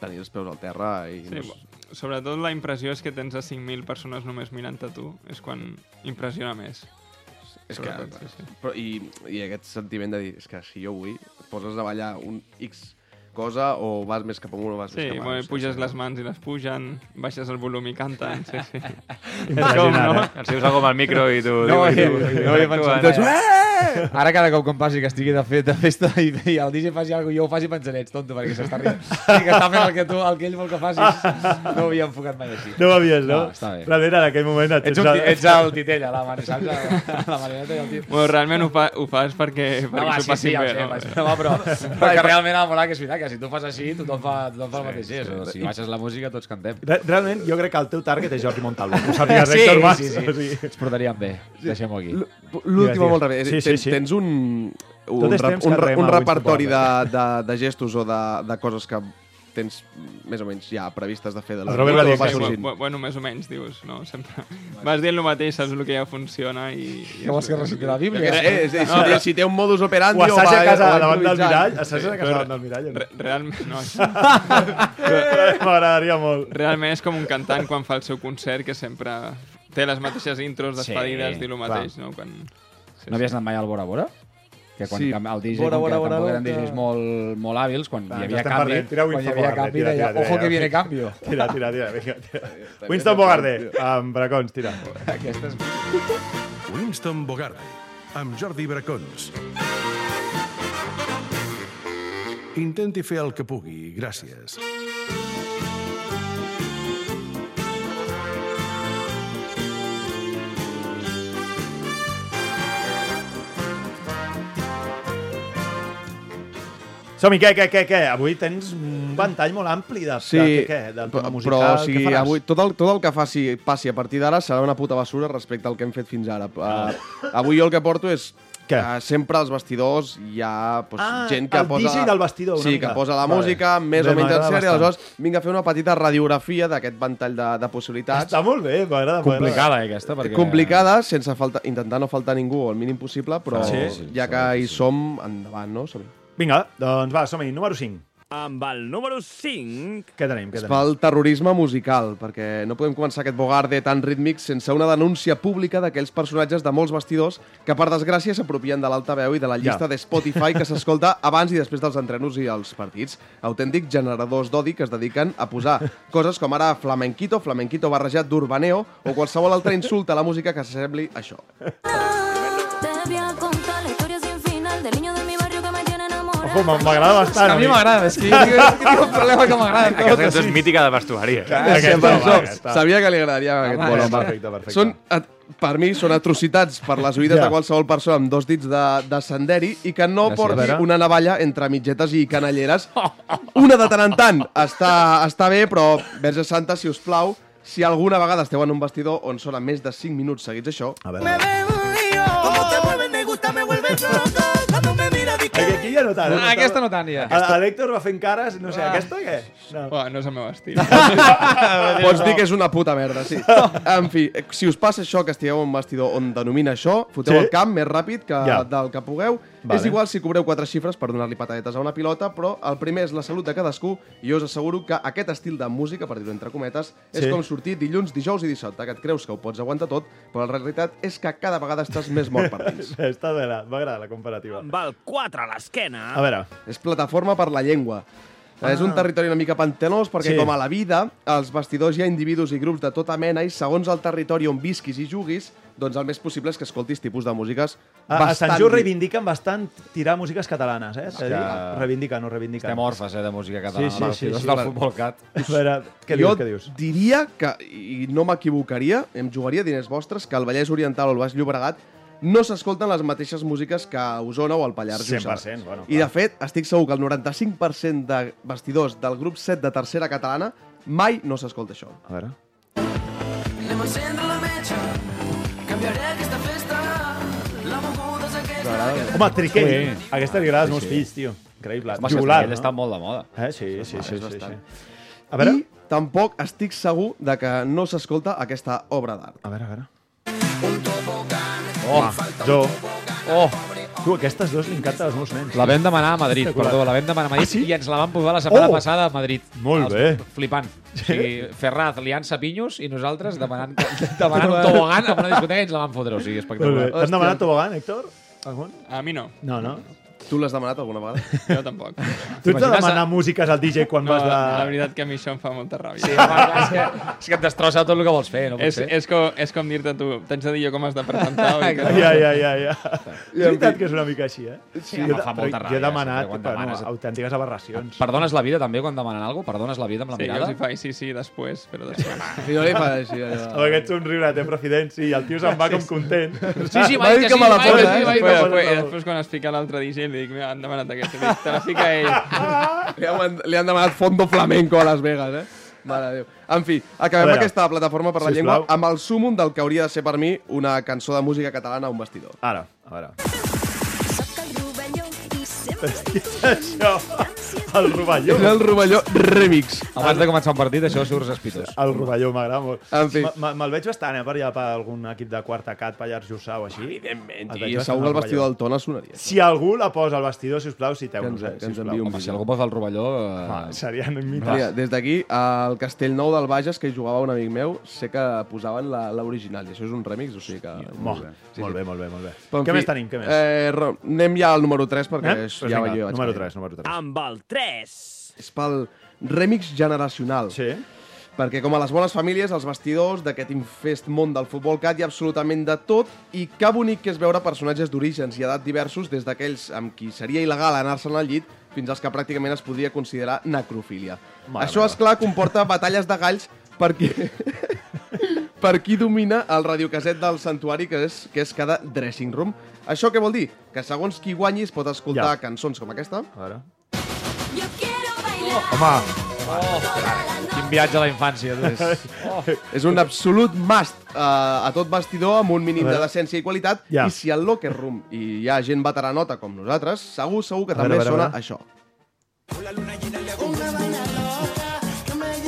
F: tenir els peus al terra i
H: Sí,
F: no és-
H: bo- sobretot la impressió és que tens a 5.000 persones només mirant a tu. És quan impressiona més.
F: És que,
H: Sobretot, sí, sí.
F: però, i, I aquest sentiment de dir, és que si jo vull, poses a ballar un X cosa o vas més cap amunt o vas
H: Sí,
F: més cap
H: bueno,
F: avall.
H: puges les mans i les pugen, baixes el volum i canten. Sí, sí.
D: Impressionant,
H: no?
D: eh?
G: Els seus algo amb el micro i tu...
E: No,
G: diu,
E: eh,
G: i tu,
E: no havia pensat.
G: Doncs,
E: Doncs, ara cada cop que em passi que estigui de fet de festa i, i el DJ faci alguna cosa, jo ho faci pensant, ets tonto, perquè s'està rient. Sí, que està fent el que, tu, el que ell vol que facis. No ho havia enfocat mai així.
D: No ho havies, no?
E: No, Ah, està bé.
D: Realment, en aquell moment... et
E: Ets, un,
D: tens
E: ti-
D: el-
E: ets el titella, la mare, saps? La, la marioneta i el titella.
H: Bueno, realment ho, fa, ho fas perquè, perquè s'ho passin
E: ja ho
H: bé,
E: sé,
H: no?
E: vaig- no, però, però que realment el molar que és veritat, que si tu fas així, tothom fa, tothom fa el mateix gest. O si baixes la música, tots cantem.
D: Re- Realment, jo crec que el teu target és Jordi Montalvo. Ho sàpigues,
E: Ah, Sí,
D: Héctor Mas.
E: sí, sí.
D: O sigui,
E: Ens portarien bé. Deixem-ho aquí.
F: L- L'última
D: Digues,
F: molt
D: digues.
F: ràpid.
D: Sí,
F: Sí,
D: sí,
F: tens,
D: sí.
F: tens un,
D: Tot
F: un,
D: és
F: rap-
D: temps
F: un,
D: que
F: ra-
D: rema,
F: un
D: avui,
F: repertori de,
D: suposo.
F: de, de gestos o de, de coses que tens més o menys ja previstes de fer de la
D: El Robert va
F: nit o
D: dir
F: vas
D: que-
H: Sí,
F: sorgint?
H: bu- bu- bueno, més o menys, dius, no? Sempre vas dient el mateix, saps el que ja funciona i... i
E: Que vols que reciti la Bíblia?
F: Eh, eh, és a dir, si, té, si té un modus
D: Ho
F: operandi o
D: assaja
F: va,
D: a casa
E: eh,
F: o va
D: davant del
F: improvisant.
D: mirall. Assaja a casa davant del mirall. o no?
H: Re realment, no, és-
D: M'agradaria molt.
H: realment és com un cantant quan fa el seu concert que sempre té les mateixes intros despedides,
E: Sí,
H: sí, diu el mateix, no? Quan... Sí,
E: No havies anat mai al Bora Bora? Que quan
F: Sí,
E: sí. el DJ,
F: Bora
E: com
F: Bora
E: que
F: Bora
E: tampoc eren
F: Bora.
E: DJs molt, molt hàbils, quan
D: Va,
E: hi
D: ens
E: havia
D: estem
E: canvi,
D: parlant. Tira
E: quan hi
D: Winston
E: havia
D: Bogarde,
E: canvi,
D: tira,
E: deia,
D: tira, tira,
E: ojo que
D: ja.
E: viene cambio.
D: Tira, tira, tira. Vinga, tira. Winston Bogarde, amb bracons, tira.
E: Aquesta és...
C: Winston Bogarde, amb Jordi Bracons. Intenti fer el que pugui, gràcies.
D: Som-hi, què, què, què, què? Avui tens un ventall molt ampli de,
F: Sí,
D: de què, què? Del tema
F: pe-
D: musical.
F: però o sigui,
D: què faràs?
F: avui, tot, el, tot el que faci, passi a partir d'ara serà una puta basura respecte al que hem fet fins ara. Uh, avui jo el que porto és
D: Ah. Què?
F: que sempre als vestidors hi ha pues,
D: Ah,
F: gent que
D: el
F: posa...
D: DJ del vestidor, una
F: Sí,
D: mica.
F: que posa la
D: Vale.
F: música més
D: Bé,
F: o menys en
D: m'agrada
F: sèrie,
D: bastant.
F: aleshores vinc a fer una petita radiografia d'aquest ventall de, de possibilitats.
D: Està molt bé, m'agrada. m'agrada.
E: Complicada, eh, aquesta, perquè...
F: Complicada, sense falta, intentar no faltar a ningú o el mínim possible, però
D: Sí,
E: sí,
F: ja que hi som, endavant, no? Som
D: Vinga, doncs va, som-hi. Número 5.
B: Amb el número 5...
D: Què tenim? Què
F: Es fa
D: tenim?
F: el terrorisme musical, perquè no podem començar aquest bogarde tan rítmic sense una denúncia pública d'aquells personatges de molts vestidors que, per desgràcia, s'apropien de l'altaveu i de la llista
D: Ja.
F: de Spotify que s'escolta abans i després dels entrenos i els partits. Autèntics generadors d'odi que es dediquen a posar coses com ara flamenquito, flamenquito barrejat d'urbaneo o qualsevol altre insult a la música que s'assembli a això.
I: Te voy a contar la historia sin final del niño de mi barrio que me tiene enamorada.
D: Ojo, m'a- m'agrada bastant.
E: A mi m'agrada, és que tinc un problema que m'agrada.
G: Aquesta cançó és mítica de vestuari, eh?
D: Aquesta,
F: Per això,
D: aquesta.
F: sabia que li agradaria a aquest bon home.
D: Perfecte, perfecte.
F: Són, at- per mi, són atrocitats per les oïdes
D: Ja.
F: de qualsevol persona amb dos dits de, de senderi i que no
E: Gràcies.
F: porti
D: A veure.
F: una navalla entre mitgetes i canelleres. Una de tant en tant. Està, està bé, però, Verge Santa, si us plau, Si alguna vegada esteu en un vestidor on sona més de 5 minuts seguits això,
D: A veure, a veure.
B: Como te mueves me gusta, me vuelves loco. Cuando me miras di
D: Aquí, aquí ja no tant. eh?
H: Ah, aquesta no tant, ja.
D: A- a L'Héctor va fent cares, no sé, aquesta què? No.
H: Uah, no és el meu estil.
F: pots dir que és una puta merda, sí. En fi, si us passa això, que estigueu en un vestidor on denomina això, foteu
D: Sí.
F: el camp més ràpid que
D: Ja.
F: del que pugueu.
D: Vale.
F: És igual si cobreu quatre xifres per donar-li patadetes a una pilota, però el primer és la salut de cadascú i jo us asseguro que aquest estil de música, per dir-ho entre cometes, és
D: Sí.
F: com sortir dilluns, dijous i dissabte, que et creus que ho pots aguantar tot, però la realitat és que cada vegada estàs més mort per dins.
D: Està bé, la- m'agrada la comparativa.
B: Val 4 a l'esquena.
D: A veure,
F: És plataforma per la llengua. Ah. És un territori una mica pantenós perquè,
D: Sí.
F: sí. com a la vida, als vestidors hi ha individus i grups de tota mena i segons el territori on visquis i juguis, doncs el més possible és que escoltis tipus de músiques
D: a, a Sant
F: bastant...
D: Just reivindiquen bastant tirar músiques catalanes, eh? T'he dit? Reivindiquen, no reivindiquen.
E: Estem orfes, eh, de música catalana.
D: Sí, sí, sí, sí,
E: Està el
F: clar.
E: futbol cat.
D: A veure, què
F: jo
D: dius, què dius?
F: diria que, i no m'equivocaria, em jugaria diners vostres, que al Vallès Oriental o al Baix Llobregat no s'escolten les mateixes músiques que a Osona o al Pallars Jussà.
D: 100%, bueno,
F: I, de
D: clar.
F: fet, estic segur que el 95% de vestidors del grup 7 de tercera catalana mai no s'escolta això.
D: A veure.
B: Anem a encendre la metxa. Canviaré aquesta festa. La moguda és aquesta.
D: Home, Triquell.
E: Sí.
D: Aquesta li agrada als meus fills, tio. Increïble.
E: Home,
D: Jugular,
E: Jugular, no? està molt de moda.
D: Eh? Sí, sí, sí,
F: és
D: sí, sí.
F: bastant.
D: A veure,
F: I tampoc estic segur de que no s'escolta aquesta obra d'art.
D: a veure, a veure.
E: Oh,
D: Jo,
E: oh,
D: tu, aquestes dues li encanten als meus nens.
E: la vam demanar a Madrid,
D: Espectacular.
E: perdó, la vam demanar a Madrid
D: Ah, sí?
E: i ens la van posar la setmana
D: Oh!
E: passada a Madrid.
D: Molt bé.
E: Flipant. O sigui, Ferraz liant sapinyos i nosaltres demanant, demanant un tobogan en una discoteca i ens la van fotre, o sigui,
D: Molt bé.
E: espectacular.
D: T'has demanat tobogan, Héctor? Algun?
H: A mi no,
D: No, no.
F: Tu l'has demanat alguna vegada?
H: jo tampoc.
D: Tu ets de
E: T'imagines
D: demanar
E: a-
D: músiques al DJ quan
H: No,
D: vas de...
H: la veritat que a mi això em fa molta ràbia.
E: Sí, home, clar, és, que, és que et destrossa tot el que vols fer, no pot
H: És,
E: ser.
H: és, com, és com dir-te tu, t'haig de dir jo com has de presentar. oi que no?
D: Ja, ja, ja, ja. És veritat que és una mica així, eh? Sí,
E: home, fa molta
D: Jo
E: ràbia,
D: he demanat
E: sempre quan
D: bueno,
E: demanes-
D: autèntiques aberracions.
E: Perdones la vida també quan demanen alguna cosa? Perdones la vida amb la
H: Sí, jo
E: mirada?
H: els hi faig sí, sí, després, però després.
F: I no li fa així, allò.
D: Amb aquest somriure té Profident, sí, i el tio se'n va com content.
E: Sí, sí,
F: Va
E: m'ha dit que
F: dir que
E: sí,
F: me
E: m'ha
F: la
E: dit que
F: posa,
E: sí,
F: eh?
E: m'ha dit que
H: Després,
E: sí.
H: després, després quan es fica l'altre DJ, li dic, mira, han demanat aquesta, Dic, te la fica ell.
F: Li han, li han demanat fondo flamenco a Las Vegas, eh? Mare de Déu. En fi, acabem
D: A veure.
F: aquesta plataforma per la
D: Sisplau.
F: llengua amb el súmum del que hauria de ser per mi una cançó de música catalana a un vestidor.
D: Ara, a veure.
I: Soc el rovelló i sempre estic
D: Això, el rovelló.
F: És el Rovelló Remix.
E: Abans de començar un partit, això surt espitós.
D: El rovelló m'agrada molt.
F: En fi.
D: Me- me- Me'l veig bastant, eh, per allà, per algun equip de quarta cat, Pallars Jussà o així.
F: Evidentment,
D: El
F: i
D: veig
F: segur
D: bastant
F: que
D: al
F: el
D: Rovelló.
F: vestidor del Tona sonaria.
D: Si algú la posa al vestidor, sisplau,
F: Que
D: citeu-nos,
F: ens,
D: eh,
F: que ens
D: sisplau.
F: enviï un
E: Home, si algú
F: vídeo.
E: posa el rovelló...
D: Ah,
E: Eh,
D: Serien
F: Mira,
D: mites.
F: des d'aquí, al Castellnou del Bages, que hi jugava un amic meu, sé que posaven la- l'original, i això és un remix, o sigui que...
D: Molt bé, molt bé, molt bé, molt bé.
F: Però, en
D: Què
F: fi,
D: més tenim, què més?
F: Eh, ro- anem ja al número 3, perquè
D: Eh?
F: és,
D: Doncs
F: ja,
D: vinga,
F: vaig- jo ja vaig
D: número
F: caient.
D: 3, número 3.
B: Amb el 3.
F: És pel remix generacional.
D: Sí?
F: Perquè, com a les bones famílies, als vestidors d'aquest infest món del futbol cat hi ha absolutament de tot i que bonic que és veure personatges d'orígens i edat diversos des d'aquells amb qui seria il·legal anar-se'n al llit fins als que pràcticament es podria considerar necrofília.
D: Mare
F: Això,
D: meva.
F: és clar comporta batalles de galls perquè... per qui domina el radiocaset del santuari, que és, que és cada dressing room. Això què vol dir? Que segons qui guanyi es pot escoltar
D: Ja.
F: ja. cançons com aquesta.
D: A veure.
I: Yo quiero bailar
D: Home,
E: quin viatge a la infància, tu.
F: És un absolut must eh, a tot vestidor amb un mínim de decència i qualitat.
D: Ja.
F: I si al locker room hi hi ha gent veteranota com nosaltres, segur, segur que
D: A veure, a
F: també
D: veure, a
F: sona
D: veure.
F: això.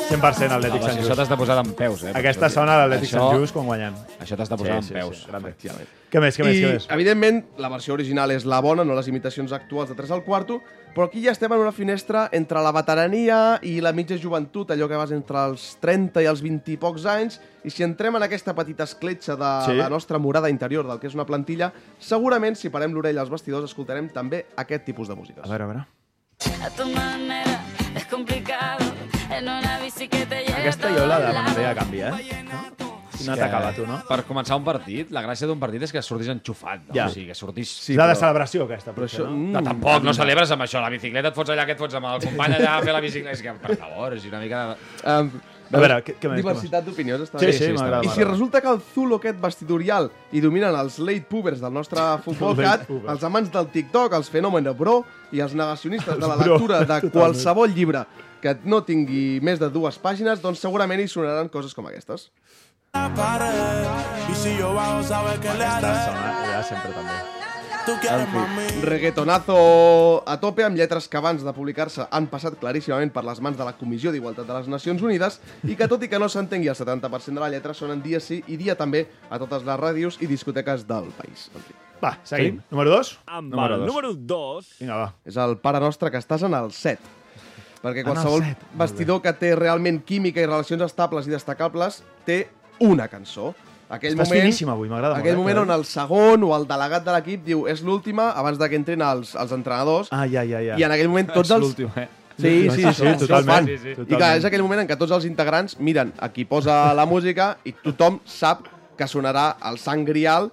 D: 100% Atlètic
E: Home,
D: Sant
E: si
D: Just.
E: Ah, això t'has de posar d'en peus, eh?
D: Aquesta sona a l'Atlètic
E: Això-
D: Sant Just quan guanyem.
E: Això t'has de posar sí, en peus.
D: grande.
F: Efectivament.
D: Què més, què més,
F: I,
D: què més?
F: evidentment, la versió original és la bona, no les imitacions actuals de 3 al quarto, però aquí ja estem en una finestra entre la veterania i la mitja joventut, allò que vas entre els 30 i els 20 i pocs anys, i si entrem en aquesta petita escletxa de
D: Sí.
F: sí. la nostra morada interior del que és una plantilla, segurament, si parem l'orella als vestidors, escoltarem també aquest tipus de músiques.
D: A veure, a veure.
I: a tu manera. Es complicado en una bici que te lleva.
D: Aquesta jo la demanaria de canvi, eh? No t'acaba, tu, no?
E: Per començar un partit, la gràcia d'un partit és que sortís enxufat, no?
D: Ja.
E: O sigui, que sortís...
D: Sí, la de celebració, aquesta,
F: Però
D: potser,
F: això... mm,
D: no?
E: No, tampoc, no celebres amb això. La bicicleta et fots allà, que et fots amb el company allà a fer la bicicleta. És que, per favor, és una mica...
F: Um,
D: A veure, què, què m'ha dit?
F: Diversitat d'opinions està
D: Sí,
F: bé.
D: sí,
E: sí,
D: m'agrada.
F: I si
D: m'agrada.
F: resulta que el zulo aquest vestidorial i dominen els late pubers del nostre futbol
D: Late
F: cat,
D: pubers.
F: els amants del TikTok, els fenòmeno bro i els negacionistes de la
D: bro,
F: lectura de
D: totalment.
F: qualsevol llibre que no tingui més de dues pàgines, doncs segurament hi sonaran coses com aquestes.
B: la pared. Y si yo bajo, sabes que le haré.
D: Ja sempre també.
B: Tú
F: En
B: quieres, mami.
F: fi, reggaetonazo a tope amb lletres que abans de publicar-se han passat claríssimament per les mans de la Comissió d'Igualtat de les Nacions Unides i que tot i que no s'entengui el 70% de la lletra sonen dia sí i dia també a totes les ràdios i discoteques del país. En fi.
D: Va, seguim. Número 2?
A: Amb
D: Número
A: el
D: dos.
A: número 2...
D: Vinga, va.
F: És el pare nostre que estàs en el 7. Perquè
D: el
F: qualsevol
D: set, molt bé.
F: vestidor que té realment química i relacions estables i destacables té una cançó. Aquell
D: Estàs
F: moment,
D: finíssim avui, m'agrada molt,
F: Aquell
D: eh,
F: moment
D: Pere?
F: on el segon o el delegat de l'equip diu és l'última abans de que entrin els, els entrenadors
D: Ah, ja, ja, ja.
F: i en aquell moment tots els...
E: L'últim, eh?
F: Sí, sí, sí,
D: sí, totalment.
F: Sí,
D: Sí, sí.
F: I clar, és aquell moment en què tots els integrants miren a qui posa la música i tothom sap que sonarà el sang grial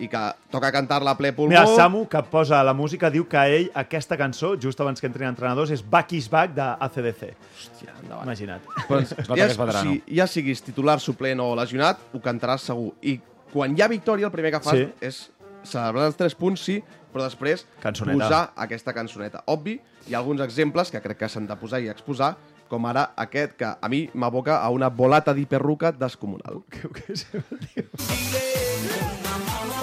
F: i que toca cantar-la a ple pulmó.
D: Mira, Samu, que posa la música, diu que ell, aquesta cançó, just abans que entrin entrenadors, és Back is Back de ACDC.
F: Hòstia, endavant.
D: Imagina't.
F: Doncs,
E: nota
F: ja,
E: que és veterano.
F: si, ja siguis titular, suplent o lesionat, ho cantaràs segur. I quan hi ha victòria, el primer que fas
D: Sí.
F: és celebrar els tres punts, sí, però després
D: Cançoneta.
F: posar aquesta cançoneta. Obvi, hi ha alguns exemples que crec que s'han de posar i exposar, com ara aquest, que a mi m'aboca a una volata di perruca descomunal.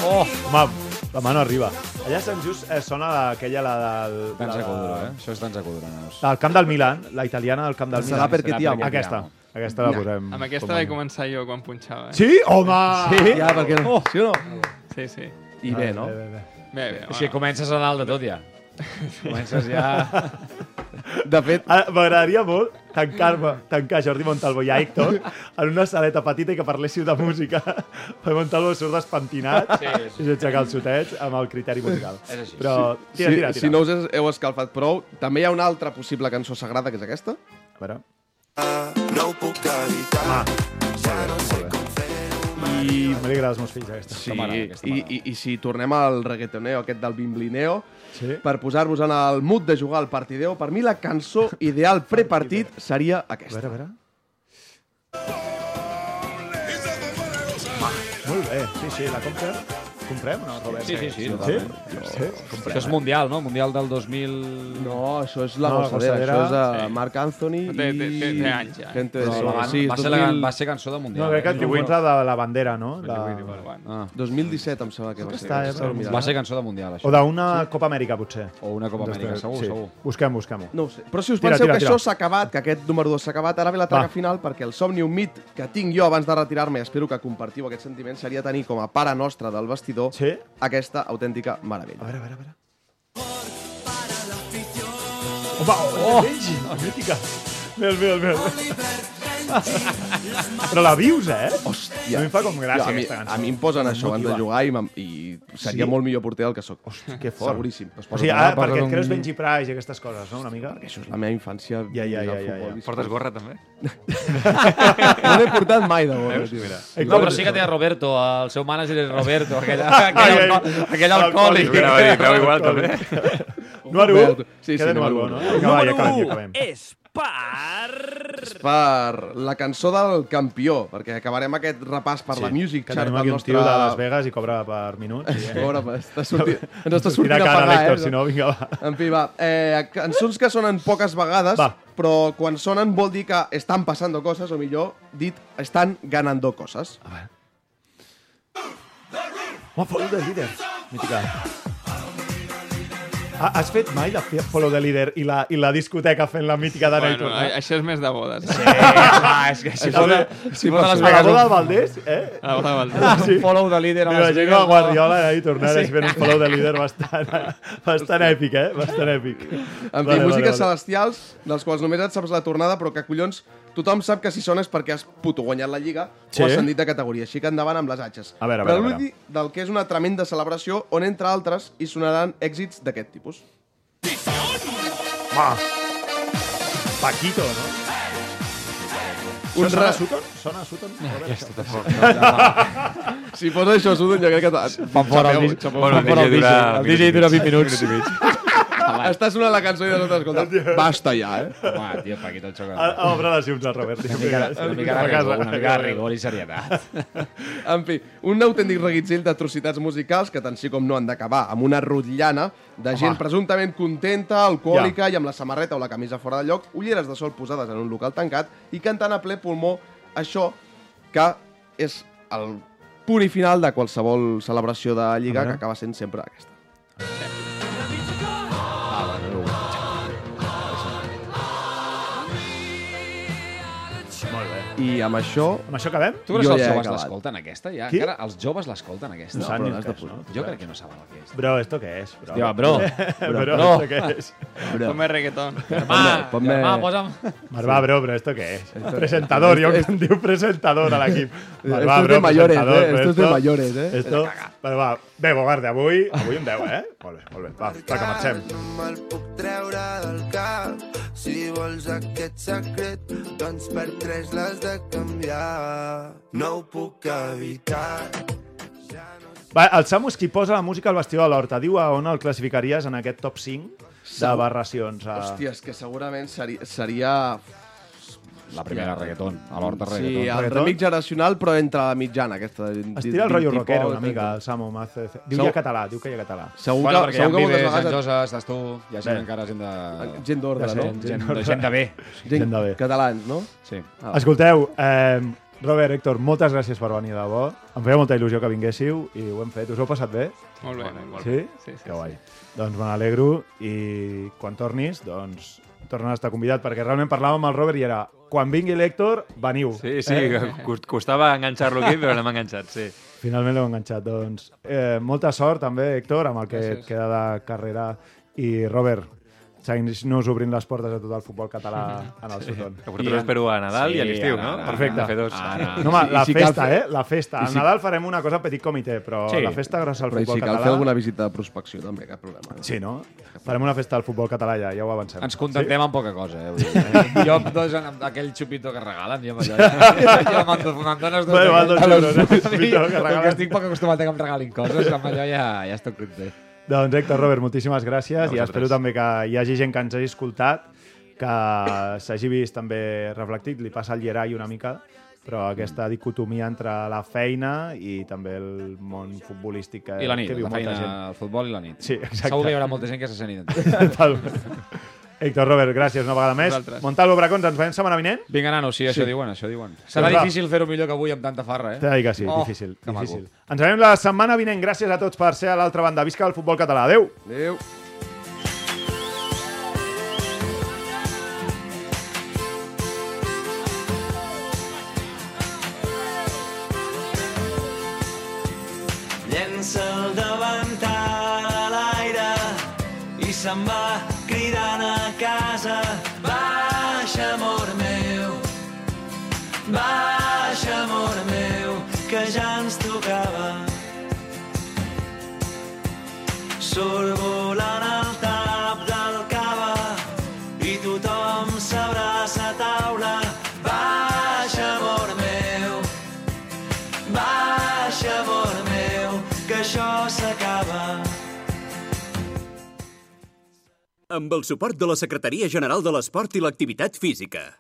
D: Oh, home, la mà no arriba. Allà a Sant Just eh, sona la- aquella, la del... la
E: Danza
D: de-
E: Coduro, eh? Això és Danza Coduro, nanos.
D: Del camp del Milan, la italiana del camp del
F: Serà
D: Milan.
F: perquè t'hi amo.
D: Aquesta, aquesta la posem.
H: Amb aquesta vaig començar jo quan punxava. Eh?
D: Sí? Home! Oh! Sí?
F: Ja, perquè no. Oh, Sí o no?
H: Sí, sí.
F: I bé, no?
H: Bé, bé,
E: És que
H: bueno.
E: comences a dalt de tot, ja. Comences ja...
F: De fet,
D: Ah, M'agradaria molt tancar-me, tancar Jordi Montalvo i a Héctor en una saleta petita i que parléssiu de música. Perquè Montalvo surt despentinat sí, sí. i s'aixeca els sotets amb el criteri musical. És així. Però Ah, tira, tira, tira.
F: si, si no us heu escalfat prou, també hi ha una altra possible cançó sagrada, que és aquesta.
D: A veure.
G: "Doncs
B: No puc evitar.
G: Ah,
D: I me li agrada als meus fills, aquesta.
F: Sí,
E: m'agrada, aquesta
F: i,
E: m'agrada.
F: i, i si tornem al reggaetoneo aquest del bimblineo,
D: Sí.
F: per posar-vos en el mood de jugar al partideu, per mi la cançó ideal prepartit seria
D: A veure,
F: aquesta.
D: a veure. Ah, Molt bé, sí, sí, la compra. Comprem, no, Robert?
E: Sí, sí, sí.
D: Sí?
E: totalment.
D: Sí?
E: Això és mundial, no? Mundial del 2000...
F: No, això és la
D: No, la gossadera,
F: gossadera, això és de Marc Anthony
H: Té-
F: i...
H: té- té- té anys, ja. eh?
F: Gente de
E: Però la van,
F: sí,
E: va, ser la, va ser cançó de Mundial.
D: No, crec que
E: eh?
D: et confons la de la bandera, no? La...
H: Bueno,
E: Ah,
F: 2017 em sembla que va ser.
D: Està, eh,
F: Estava
D: però-
F: mirant.
E: va ser cançó de Mundial,
D: O
E: això.
D: d'una Copa Amèrica, potser.
E: O una Copa Amèrica, segur,
D: sí.
E: segur.
D: Busquem, busquem-ho.
F: No ho sé. Però si us
D: Tira,
F: penseu
D: tira,
F: que
D: tira.
F: això s'ha acabat, que aquest número 2 s'ha acabat, ara ve la traca
D: Va.
F: final perquè el somni humit que tinc jo abans de retirar-me, i espero que compartiu aquest sentiment, seria tenir com a pare nostre del vestidor
D: Sí?
F: aquesta autèntica meravella.
D: A veure, a veure, a veure. Opa, oh! oh! Mítica. Mira, mira, mira. Però la vius, eh?
F: Hòstia.
D: A mi em fa com gràcia
F: Jo, a mi,
D: aquesta cançó.
F: A mi em posen
D: Em
F: això abans de
D: motiva.
F: jugar i, m'em- i seria
D: Sí?
F: molt millor porter del que sóc.
D: Hosti, que fort.
F: Seguríssim. Doncs
D: O sigui, ara, perquè et creus Benji Price i aquestes coses, no? Una mica.
F: Això és la meva infància.
D: Ja, ja, ja,
F: al
D: ja,
F: futbol.
D: ja.
G: Portes gorra, també?
F: No l'he portat mai, de eh, veus.
D: Eh,
E: No, però sí que té a Roberto, el seu mànager és Roberto, aquell, aquell,
D: Aquell-
E: alco- aquell alcohòlic.
D: Alcohòlic.
G: Anava a dir, creu igual, també.
D: Número 1.
F: Sí, sí,
D: Queda número 1, no?
F: número Eh, u.
D: Vinga, va, ja acabem, ja acabem.
A: és per...
F: Per la cançó del campió, perquè acabarem aquest repàs per la music
D: que
F: chart
D: tenim
F: del
D: aquí un
F: nostre...
D: tio de Las Vegas i cobra per minut. Sí, eh?
F: Pobre, està sortint... Ens està
D: Mira
F: sortint a
D: cara,
F: pagar,
D: l'Héctor,
F: eh?
D: si no, vinga, va.
F: En fi, va. Eh, cançons que sonen poques vegades,
D: Va.
F: però quan sonen vol dir que estan passant coses, o millor dit, estan ganando coses.
D: Ah, Home, follow the leader. Mítica. Ha- Has fet mai la fi- follow the leader i la, i la discoteca fent la mítica d'Anna
H: bueno, a-
D: i
H: això és més de bodes.
E: Eh, ah, és que si posa, si
D: tornar. A
E: posa les
D: la
E: Vegas
D: boda del
E: un,
D: Valdés, eh?
H: La boda del
E: un Ah, follow de líder a
D: Mira,
E: les
D: gent com a
E: Vegas,
D: Guardiola i tornar sí. fent un follow de líder bastant, bastant èpic, eh? Bastant èpic.
F: En fi, músiques celestials, dels quals només et saps la tornada, però que collons tothom sap que si sona és perquè has puto guanyat la Lliga
D: Sí.
F: o has ascendit de categoria. Així que endavant amb les atxes.
D: A veure, a veure, a
F: Preludi del que és una tremenda celebració on, entre altres, hi sonaran èxits d'aquest tipus.
D: Va. Paquito, no? Un sona
F: ra-
D: a Sutton? Sona a Sutton? Aquesta.
F: Si posa això, Sudon, jo crec que... Fan
E: fora el disc.
G: Bueno, el DJ dura...
E: El DJ dura 20 minuts.
F: Està sonant la cançó i de sobte escolta. Basta ja, eh?
E: Home, tio, Paquito el
D: A-
E: Chocolate.
D: a Obre les llums, el Robert.
E: Una mica, de- una mica de rigor, una mica de rigor i serietat.
F: En fi, un autèntic reguitzell d'atrocitats musicals que tant sí com no han d'acabar, amb una rotllana de gent presumptament contenta, alcohòlica i amb la samarreta o la camisa fora de lloc, ulleres de sol posades en un local tancat i cantant a ple pulmó això que és el punt i final de qualsevol celebració de Lliga que acaba sent sempre aquesta.
D: Molt bé.
F: I amb això...
D: Amb això acabem?
E: Tu creus que
F: Jo
E: els
F: ja he
E: joves
F: acabat.
E: l'escolten, aquesta? Ja?
D: Qui?
E: Encara els joves l'escolten, aquesta?
D: No saben
F: però
D: ni
F: l'has
D: què
F: de
D: és, no?
E: Jo crec que no saben el que és.
D: Bro, ¿esto qué es? Bro,
E: Hòstia, bro.
D: bro,
E: bro.
D: ¿esto qué es?
F: Bro,
H: Come reggaeton.
E: Ah,
F: Ponme-
E: germà, posa'm...
D: Marvà, bro, pero ¿esto qué es? presentador, yo que em diu presentador a l'equip. Marvà,
F: Esto es de mayores,
D: presentador,
F: eh?
D: però
F: Esto es de mayores, eh?
D: Esto... Marvà, Bebo, guarda, avui, avui un 10, eh? Molt bé, molt bé. Va, va, que marxem.
B: No me'l puc treure del cap. Si vols aquest secret, doncs per tres l'has de canviar. No ho puc evitar.
D: Va, el Samu és qui posa la música al vestidor de l'Horta. Diu a on el classificaries en aquest top 5 d'aberracions. A...
F: Hòstia, és que segurament seria... seria
E: La primera reggaeton, a l'horta reggaeton.
F: Sí, el
D: Reggaeton.
F: remix generacional, però entre la mitjana, aquesta.
D: Estira el rotllo
F: Tipo-
D: rockero una mica, el Samu. Hace... Diu
F: Segur-
D: ja català, diu que ja català.
F: Segur
E: Bueno,
F: que,
E: perquè hi ha
F: segur que moltes
E: vides, en
F: vegades...
E: Josa, estàs tu, hi ha
D: Bé.
E: gent encara, gent de...
F: Gent d'ordre,
D: Ja sé,
F: no?
E: Gent, gent,
D: d'ordre.
E: de, gent de bé.
D: gent de bé.
F: Catalans, no?
E: Sí.
D: Escolteu, eh, Robert, Héctor, moltes gràcies per venir de bo. Em feia molta il·lusió que vinguéssiu i ho hem fet. Us ho heu passat bé?
H: Molt bé.
D: Sí?
H: Sí, sí,
D: que guai. Doncs me n'alegro i quan tornis, doncs tornes a estar convidat, perquè realment parlàvem amb el Robert i era quan vingui l'Héctor, veniu. Eh?
G: Sí, sí, cos- costava enganxar-lo aquí, però l'hem enganxat, sí.
D: Finalment l'heu enganxat. Doncs eh, molta sort també, Héctor, amb el que et queda de carrera. I Robert, seguim-nos obrint les portes a tot el futbol català en el Sudon.
G: Que vosaltres espero a Nadal
E: Sí,
G: i a l'estiu,
E: ara,
G: no?
E: ara,
D: Perfecte.
G: De fer dos.
E: Ara.
D: No, home,
F: I
D: la
F: si cal
D: festa,
F: fer-
D: eh? La festa. Al Nadal farem una cosa petit comitè, però
E: Sí.
D: la festa grossa al
F: Però i
D: futbol
F: si cal
D: català...
F: fer alguna visita de prospecció, també, cap problema.
D: Sí, no? Farem una festa al futbol català ja, ja ho avancem.
E: Ens contentem amb poca cosa, eh? vull dir. jo amb dos, amb aquell xupito que regalen, jo amb allò. ja- Jo me'n do- me'n dones dos.
D: Bueno, val, dos euros,
E: d'aquells.
D: eh?
E: A mi,
D: Xupito que
E: com
D: regalen.
E: que estic poc acostumat a que em regalin coses, amb allò ja, ja estic content.
D: Doncs Héctor, Robert, moltíssimes gràcies i espero també que hi hagi gent que ens hagi escoltat que s'hagi vist també reflectit, li passa al Llerai una mica però aquesta dicotomia entre la feina i també el món futbolístic que,
E: I la nit,
D: Eh, que viu
E: la
D: molta
E: feina,
D: gent.
E: el futbol i la nit.
D: Sí, exacte.
E: Segur que hi haurà molta gent que se sent identificada.
D: Tal. Héctor, Robert, gràcies una vegada més.
H: Vosaltres.
D: Montalvo, Bracons, ens veiem setmana vinent?
E: Vinga, nano, sí, això diuen, això diuen. Serà
D: Doncs va.
E: difícil fer-ho millor que avui amb tanta farra, eh?
D: T'he de dir que sí,
E: Oh,
D: difícil,
E: que maco.
D: difícil. Ens veiem la setmana vinent. Gràcies a tots per ser a l'altra banda. Visca el futbol català. Adéu!
F: Adéu.
B: Llença el davantal a l'aire i se'n va cridant a casa. Baixa, amor meu, baixa, amor meu, que ja ens tocava. Surt volant el tap del cava i tothom s'abraça a taula. Baixa, amor meu, Baixa, amor meu, que això s'acaba.
A: Amb el suport de la Secretaria General de l'Esport i l'Activitat Física.